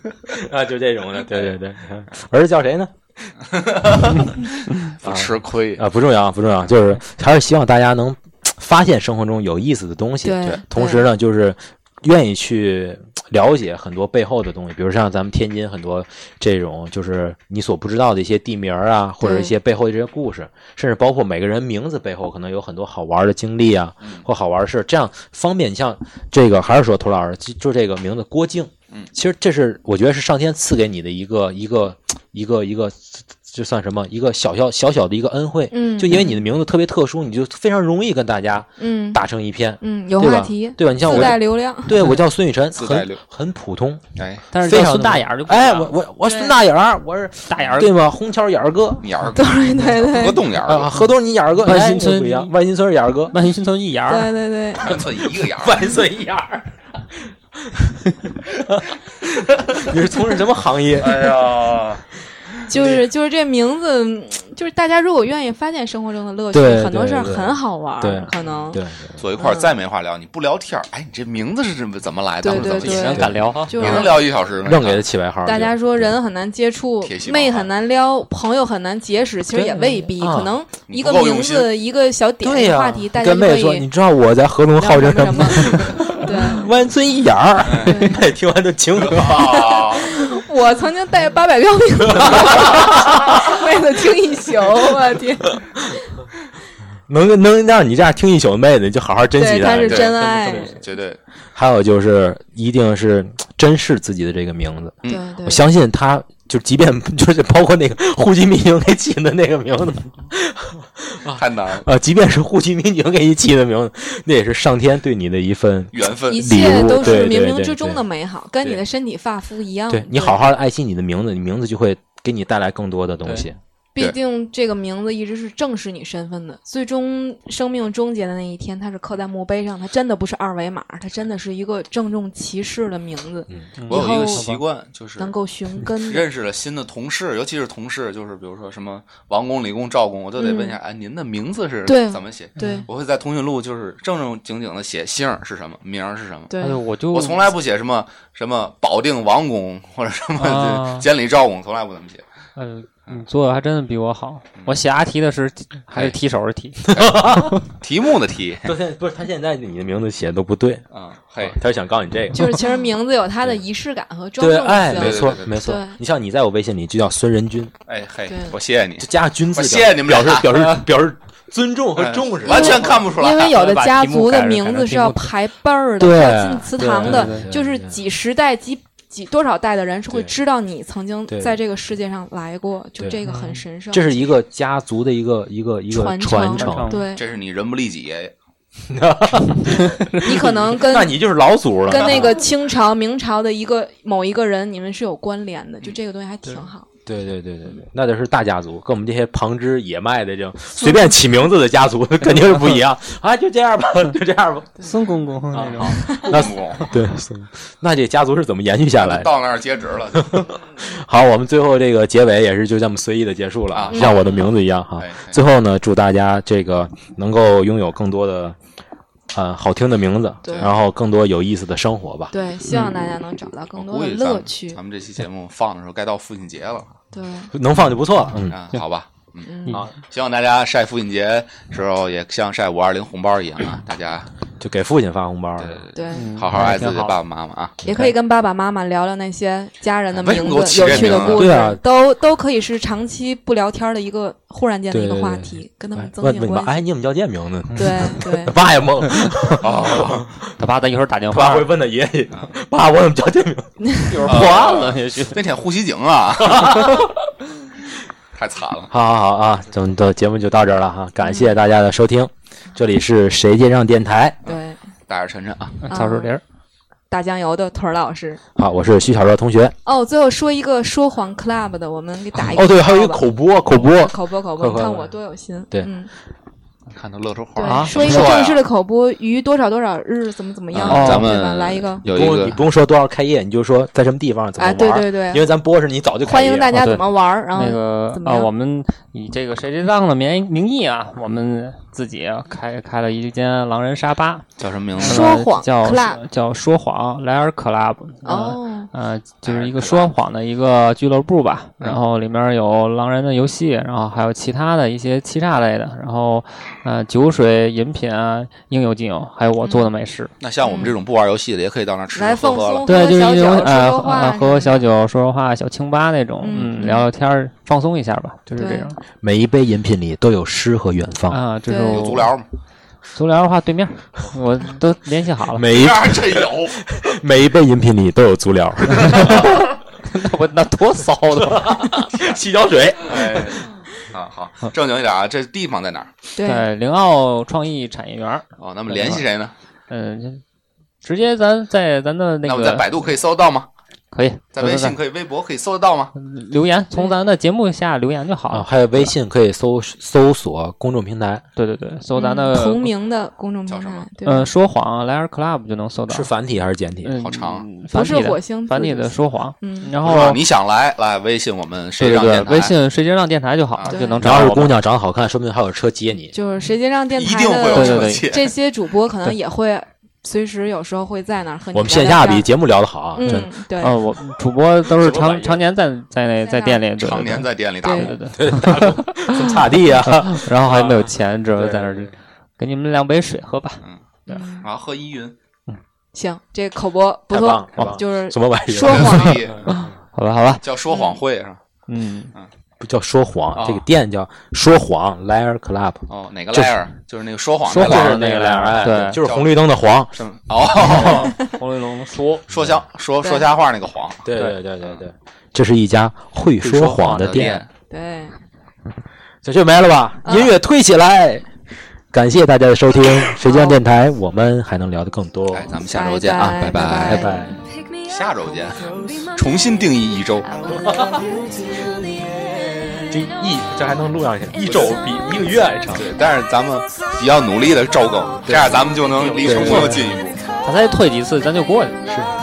S5: [laughs] 啊，就这种的，对对对。 [laughs] 儿子叫谁呢？
S1: 不吃亏。
S5: 啊，不重要，不重要，就是还是希望大家能发现生活中有意思的东西，
S6: 对对
S5: 同时呢，就是愿意去了解很多背后的东西，比如像咱们天津很多这种就是你所不知道的一些地名儿啊，或者一些背后的这些故事，甚至包括每个人名字背后可能有很多好玩的经历啊，
S6: 嗯
S5: 或好玩的事儿，这样方便你像这个还是说涂老师就就这个名字郭靖。
S1: 嗯
S5: 其实这是我觉得是上天赐给你的一个一个一个一个，这算什么？一个小小小小的一个恩惠。
S6: 嗯
S5: 就因为你的名字特别特殊，你就非常容易跟大家
S6: 嗯
S5: 打成一片，
S6: 嗯，有
S5: 对吧
S6: 话题，
S5: 对吧？你像
S6: 自带
S5: 我，
S6: 流量，
S5: 对我叫孙雨晨，
S1: 自带
S5: 很
S1: 流
S5: 很普通，
S1: 哎，
S7: 但是
S5: 非
S7: 叫
S5: 常
S7: 孙大眼儿就不一
S5: 哎，
S7: 样
S5: 我我我
S6: 对
S5: 孙大眼儿，我是
S7: 大眼儿
S5: 对吗？红桥眼儿哥
S1: 你儿子
S6: 对 [laughs] 对对
S1: 和动眼
S5: 啊，
S1: 儿，
S5: 河东你眼儿哥，
S7: 万
S5: 哎
S7: 新村
S5: 不一样，万新村是眼儿哥，
S7: 万新村一眼儿，
S5: 啊
S6: 对对对，
S1: 寸一个眼儿，
S5: [laughs] 万岁眼儿。你是从事什么行业？
S1: 哎呀，
S6: 就是就是这名字，嗯就是大家如果愿意发现生活中的乐趣，
S5: 对
S6: 很多
S5: 对
S6: 事儿
S5: 对
S6: 很好玩
S5: 对
S6: 儿，可能
S5: 对，
S1: [laughs] 坐一块儿
S6: 嗯
S1: 再没话聊，你不聊天儿，哎，你这名字是怎么怎么来的？
S6: 对
S1: 或者
S6: 对
S1: 怎么
S6: 对
S1: 起的
S7: 咱敢聊哈，
S6: 就
S1: 也
S6: 是
S1: 能聊一小时呢。 [laughs]
S5: 愣给他起外号儿去。
S6: 大家说人很难接触
S1: 啊铁西，王啊
S6: 妹
S1: 牌
S6: 很难撩，朋友很难结识，其实也未必，
S5: 对啊
S6: 可能
S1: 你
S6: 一
S1: 不
S6: 个
S1: 够
S6: 名
S1: 用心
S6: 字一个小点
S5: 对
S6: 一个
S5: 呀，
S6: 话题，大家
S5: 跟
S6: 就可
S5: 妹说，
S6: 以
S5: 你知道我在河
S6: 聊
S5: 东号
S6: 什
S5: 称
S6: 么
S5: 什
S6: 什
S5: 么
S6: 么？？ [laughs] 对，
S5: 弯村一眼儿，
S6: 对
S5: [laughs] 妹听完都惊了。
S1: 啊，
S6: 我曾经带八百标兵，为了听一宿，我天，
S5: 能能让你这样听一宿的妹子，你就好好珍惜
S6: 对，
S5: 她。
S6: 他是
S1: 对
S6: 真爱，
S1: 绝对，
S5: 还有就是，一定是珍视自己的这个名字。
S1: 嗯
S6: 对对
S5: 我，相信她就即便 [laughs] 就是包括那个户籍民警给起的那个名字，
S6: 啊
S1: 太难了，
S5: 呃，即便是户籍民警给你起的名字，那也是上天对你的一份。
S1: 缘分
S6: 一。
S5: 礼
S6: 切
S5: 物
S6: 都
S5: 对
S6: 是
S5: 对
S6: 冥冥
S5: 对
S6: 之中
S5: 对
S6: 的美好，跟你
S5: 对
S6: 的身体发肤一样。
S5: 对你好好的爱惜你的名字，你名字就会给你带来更多的东西。
S6: 毕
S1: 对
S6: 竟这个名字一直是正视你身份的，最终生命终结的那一天，它是刻在墓碑上，它真的不是二维码，它真的是一个郑重其事的名字，
S1: 我有一
S6: 以后
S1: 个习惯，就是
S6: 能够
S5: 嗯
S6: 寻根的。
S1: 认识了新的同事，尤其是同事，就是比如说什么王工、李工、赵工，我都得问一下，哎，您的名字是
S6: 对
S1: 怎么写？
S5: 嗯
S6: 对
S1: 我会在通讯录就是正正经经的写姓儿是什么，名儿是什么。
S6: 对
S7: 哎，呦，我就
S1: 我从来不写什么什么保定王工或者什么 [laughs]
S7: 啊
S1: 监理赵工，从来不怎么写。
S7: 呃，你做的还真的比我好。
S1: 嗯
S7: 我写答题的时候还
S1: 哎
S7: 是提手
S6: [laughs]
S7: 的题，
S1: 题目的题
S5: 都现在不是他现在你的名字写的都不对，
S1: 啊，嘿，
S5: 他是想告诉你这个。
S6: 就是
S5: [laughs]
S6: 其实名字有它的仪式感和庄
S5: 对，
S6: 重
S5: 哎，
S6: 性。
S5: 没错
S1: 对对对
S5: 没错
S6: 对。
S5: 你像你在我微信里就叫孙仁君，
S1: 哎嘿
S6: 对，
S1: 我谢谢你
S5: 就，加上“君”字
S1: 我
S5: 表示，
S1: 谢谢你们
S5: 表示
S1: 俩
S5: 表示表示尊重和
S1: 哎
S5: 重视。
S1: 完全看不出来。
S6: 因为有的
S7: 把
S6: 家
S7: 题目
S6: 族的
S7: 改了改
S6: 名
S7: 成
S6: 字
S7: 题
S6: 是要
S7: 目
S6: 排辈儿的，
S5: 对
S6: 要进祠堂的，
S5: 对对对
S6: 就是
S5: 对
S6: 几十代、几几多少代的人是会
S5: 对
S6: 知道你曾经
S5: 对
S6: 在这个世界上来过，就
S5: 对嗯
S6: 这个很神圣。
S5: 这是一个家族的一个一个一个
S6: 传
S5: 传
S6: 承
S5: 承。
S6: 对
S1: 这是你人不利己哎爷爷，
S6: 你可
S5: [laughs]
S6: 能跟
S5: 那你就是老祖了。
S6: 跟那个清朝、明朝的一个某一个人，你们是有关联的，就这个东西还挺好。
S5: 嗯对对对对对，那得是大家族，跟我们这些旁枝野麦的这种随便起名字的
S6: [laughs]
S5: 家族肯定是不一样啊！就这样吧，就这样吧。
S7: 孙公公
S5: 啊
S7: 那种。
S5: 那
S1: 公公
S5: 对，那这家族是怎么延续下来？的？
S1: 到那儿截止了。
S5: 好，我们最后这个结尾也是就这么随意的结束了，
S1: 啊
S5: 像我的名字一样哈。
S1: 哎，嘿
S5: 最后呢，祝大家这个能够拥有更多的呃好听的名字，
S6: 对
S5: 然后更多有意思的生活吧。
S6: 对，希望大家能找到
S1: 我
S6: 更多
S1: 嗯估
S6: 的
S1: 计咱
S6: 乐
S1: 们
S6: 趣
S1: 咱。们这期节目放的时候该到父亲节了
S6: 对，
S5: 能放就不错了。嗯，
S1: 啊，好吧。
S6: 嗯，
S5: 好
S1: 希望大家晒父亲节时候也像晒五二零红包一样
S7: [laughs]
S1: 啊，大家
S5: 就给父亲发红包。
S1: 对
S6: 对，
S7: 嗯
S1: 好好爱自己
S7: 挺
S1: 的
S7: 好
S1: 爸爸妈妈啊。
S6: 也可以跟爸爸妈妈聊聊那些家人的
S1: 哎为
S6: 名
S1: 什么给
S6: 字、
S1: 我起
S6: 有
S1: 这
S6: 趣的
S1: 名字
S6: 故
S5: 对啊
S6: 事，都都可以是长期不聊天的一个忽然间的一个
S5: 对对
S6: 话
S5: 对
S6: 题，跟他
S5: 哎
S6: 们增
S5: 问
S6: 进
S5: 问你爸，
S6: 关系。
S5: 哎，你怎么叫这名字？ [laughs]
S6: 对对
S5: 他，爸也懵了，
S1: [laughs] 哦，
S7: 他爸，咱一会儿打电
S5: 他爸
S7: 话
S5: 会，问他爷
S6: [laughs]
S5: 爷：“爸，我怎么叫这名字
S7: 一会儿破案
S6: 哦
S7: 了也许。
S1: 那天呼吸井啊， [laughs] 太惨了？”。
S5: 好好好啊，咱们的节目就到这儿了哈，感谢大家的收听，这里是谁接上电台？
S6: 对，
S1: 大眼晨晨啊，
S7: 曹树林儿，
S6: 打酱油的屯儿老师。
S5: 好，啊我是徐小乐同学。
S6: 哦，最后说一个说谎 club 的，我们给打一个
S5: 哦，对，还有一个
S6: 广告吧
S5: 口播，口播。
S6: 口播口播，
S5: 快
S6: 你
S5: 快
S6: 看
S5: 快
S6: 我多有心。
S5: 对
S6: 嗯，
S1: 看他乐出花
S6: 对，
S1: 儿
S7: 啊
S6: 说一个
S1: 说呀
S6: 正式的口播，于多少多少日怎么怎么样，
S1: 啊
S6: 对
S1: 咱
S6: 吧
S1: 们
S6: 来一个。
S1: 有一
S5: 不用你
S1: 个
S5: 不用说多少开业，你就说在什么地方怎么
S6: 哎，
S5: 玩。
S6: 对对对
S5: 因，为咱播是你早就开
S6: 欢
S5: 业
S6: 迎大
S5: 了
S6: 家
S7: 对
S6: 怎么玩儿，嗯然后
S7: 那个
S6: 怎么
S7: 啊，
S6: 样
S7: 我们以这个谁谁让的名名义啊，我们自己啊开开了一间狼人沙吧，呃
S1: 叫什么名字
S6: 说？谎
S7: 叫
S6: club
S7: 叫说谎莱尔 club，呃
S6: 哦，
S7: 呃，就是一个说谎的一个俱乐部吧，
S6: 嗯
S7: 然后里面有狼人的游戏，然后还有其他的一些欺诈类的，然后呃酒水饮品啊应有尽有，还有我做
S6: 嗯
S7: 的美食，
S1: 那像我们这种不玩游戏的，也可以到那儿吃
S6: 来
S1: 吃喝
S6: 放
S1: 喝了
S6: 松，。
S7: 对，
S6: 喝
S7: 就
S6: 小
S7: 是一
S6: 酒，
S7: 种
S6: 说
S7: 呃
S6: 说话
S7: 呃
S6: 什
S7: 喝
S6: 么
S7: 喝
S6: 的
S7: 小酒说说话小清吧那种，
S6: 嗯
S7: 嗯，聊聊天儿放松一下吧，就是这
S6: 对
S7: 样
S5: 每一杯饮品里都有诗和远方，
S7: 啊，这
S6: 对
S7: 种
S1: 有足疗吗？
S7: 足疗的话，对面 [laughs] 儿我都联系好
S1: [laughs]
S7: 了。
S5: 每一
S1: 啊这有，
S5: 每一杯饮品里都有足 [laughs] 疗，
S7: 那我那多骚的，
S5: [laughs] 洗脚水。
S1: 哎，啊 [laughs] 好，正经一点啊，这地方在哪儿？
S6: 对，
S7: 在灵奥创意产业园儿，
S1: 哦，那么联系谁呢？
S7: 嗯，就直接咱在咱的
S1: 那
S7: 那
S1: 我在
S7: 个
S1: 百度可以搜得到吗？
S7: 可以，
S1: 在
S7: 对
S1: 微
S7: 对
S1: 信
S7: 对
S1: 可以、微博可以搜得到吗？
S7: 留言，从咱的节目下留言就好
S5: 啊，
S7: 了。
S5: 还有微信可以搜搜索公众平台，
S7: 对对对，搜咱
S6: 嗯
S7: 的
S6: 同名的公众
S1: 叫
S6: 平
S1: 什么
S6: 台，对吧
S7: 呃，说谎莱尔 club 就能搜到
S5: 是。繁体还是简体？
S7: 嗯，
S1: 好长，
S6: 不
S7: 繁
S6: 是
S7: 体
S6: 火
S7: 的，
S6: 星
S7: 繁体
S6: 字
S7: 的说谎。
S6: 嗯，
S7: 然
S1: 不知道
S7: 后
S1: 你想来来微信我们谁
S7: 对
S1: 让
S7: 对对
S1: 电，台？
S7: 微信谁接让电台就好了，
S1: 啊
S7: 就能
S5: 只
S7: 找
S5: 要
S7: 到
S5: 是
S7: 我
S5: 姑
S7: 们。
S5: 娘长得好看，说不定还有车接你。
S6: 就是谁接上电
S1: 一
S6: 台
S1: 定会有
S6: 的
S7: 对对
S1: 车
S7: 对
S1: 接。
S6: 这些主播，可能也会随时有时候会在那儿和你
S5: 我们
S6: 聊
S5: 线
S6: 聊
S5: 下
S6: 天
S5: 比
S6: 儿
S5: 节目聊得好啊， [laughs] 真的
S6: 嗯，对，
S7: 呃，我主播都是
S5: 什么玩意
S7: 常
S5: 儿
S7: 常年在在那在店里，对
S1: 常
S7: 对
S1: 年在店里打
S7: 对
S1: 工，
S7: 对对，
S5: 擦地 [laughs] 啊，
S7: 然后还没有钱，只能在那儿
S5: 对
S7: 给你们两杯水喝吧。
S6: 嗯
S1: 然后喝依云，
S6: 行，这口播不
S5: 太棒
S6: 错，
S5: 太棒！
S6: 就是
S5: 什么玩意
S6: 说
S5: 儿？
S6: 谎
S1: 所以
S7: 好吧，好吧，
S1: 叫说谎会是吧？
S7: 嗯，
S5: 不叫说谎
S1: 啊，
S5: 这个店叫说谎 Liar Club，
S1: 哦，哪个
S5: 就是
S1: liar 就是那个说谎
S5: 说
S1: 的
S5: 谎
S1: liar
S5: 的那个 liar，哎
S7: 对
S5: 就是红绿灯的黄。
S1: 是吗？哦，
S7: 红玲珑说
S1: 说瞎说说
S6: 对
S1: 瞎话那个谎，
S5: 对对对对对，这是一家会说谎
S1: 的
S5: 的店。，
S6: 对，
S5: 小雀没了吧？音乐推起来！感谢大家的收听，谁家电台，我们还能聊得更多。
S1: 哎，咱们下周见啊，
S6: 拜拜
S1: 拜
S5: 拜拜。
S1: 下周见，重新定义一周，
S5: 这一这还能录上去，一周比一个月还长。
S1: 对，但是咱们也要努力的周更，这样咱们就能离生活近一步。
S7: 他再退几次，咱就过去了。
S5: 是。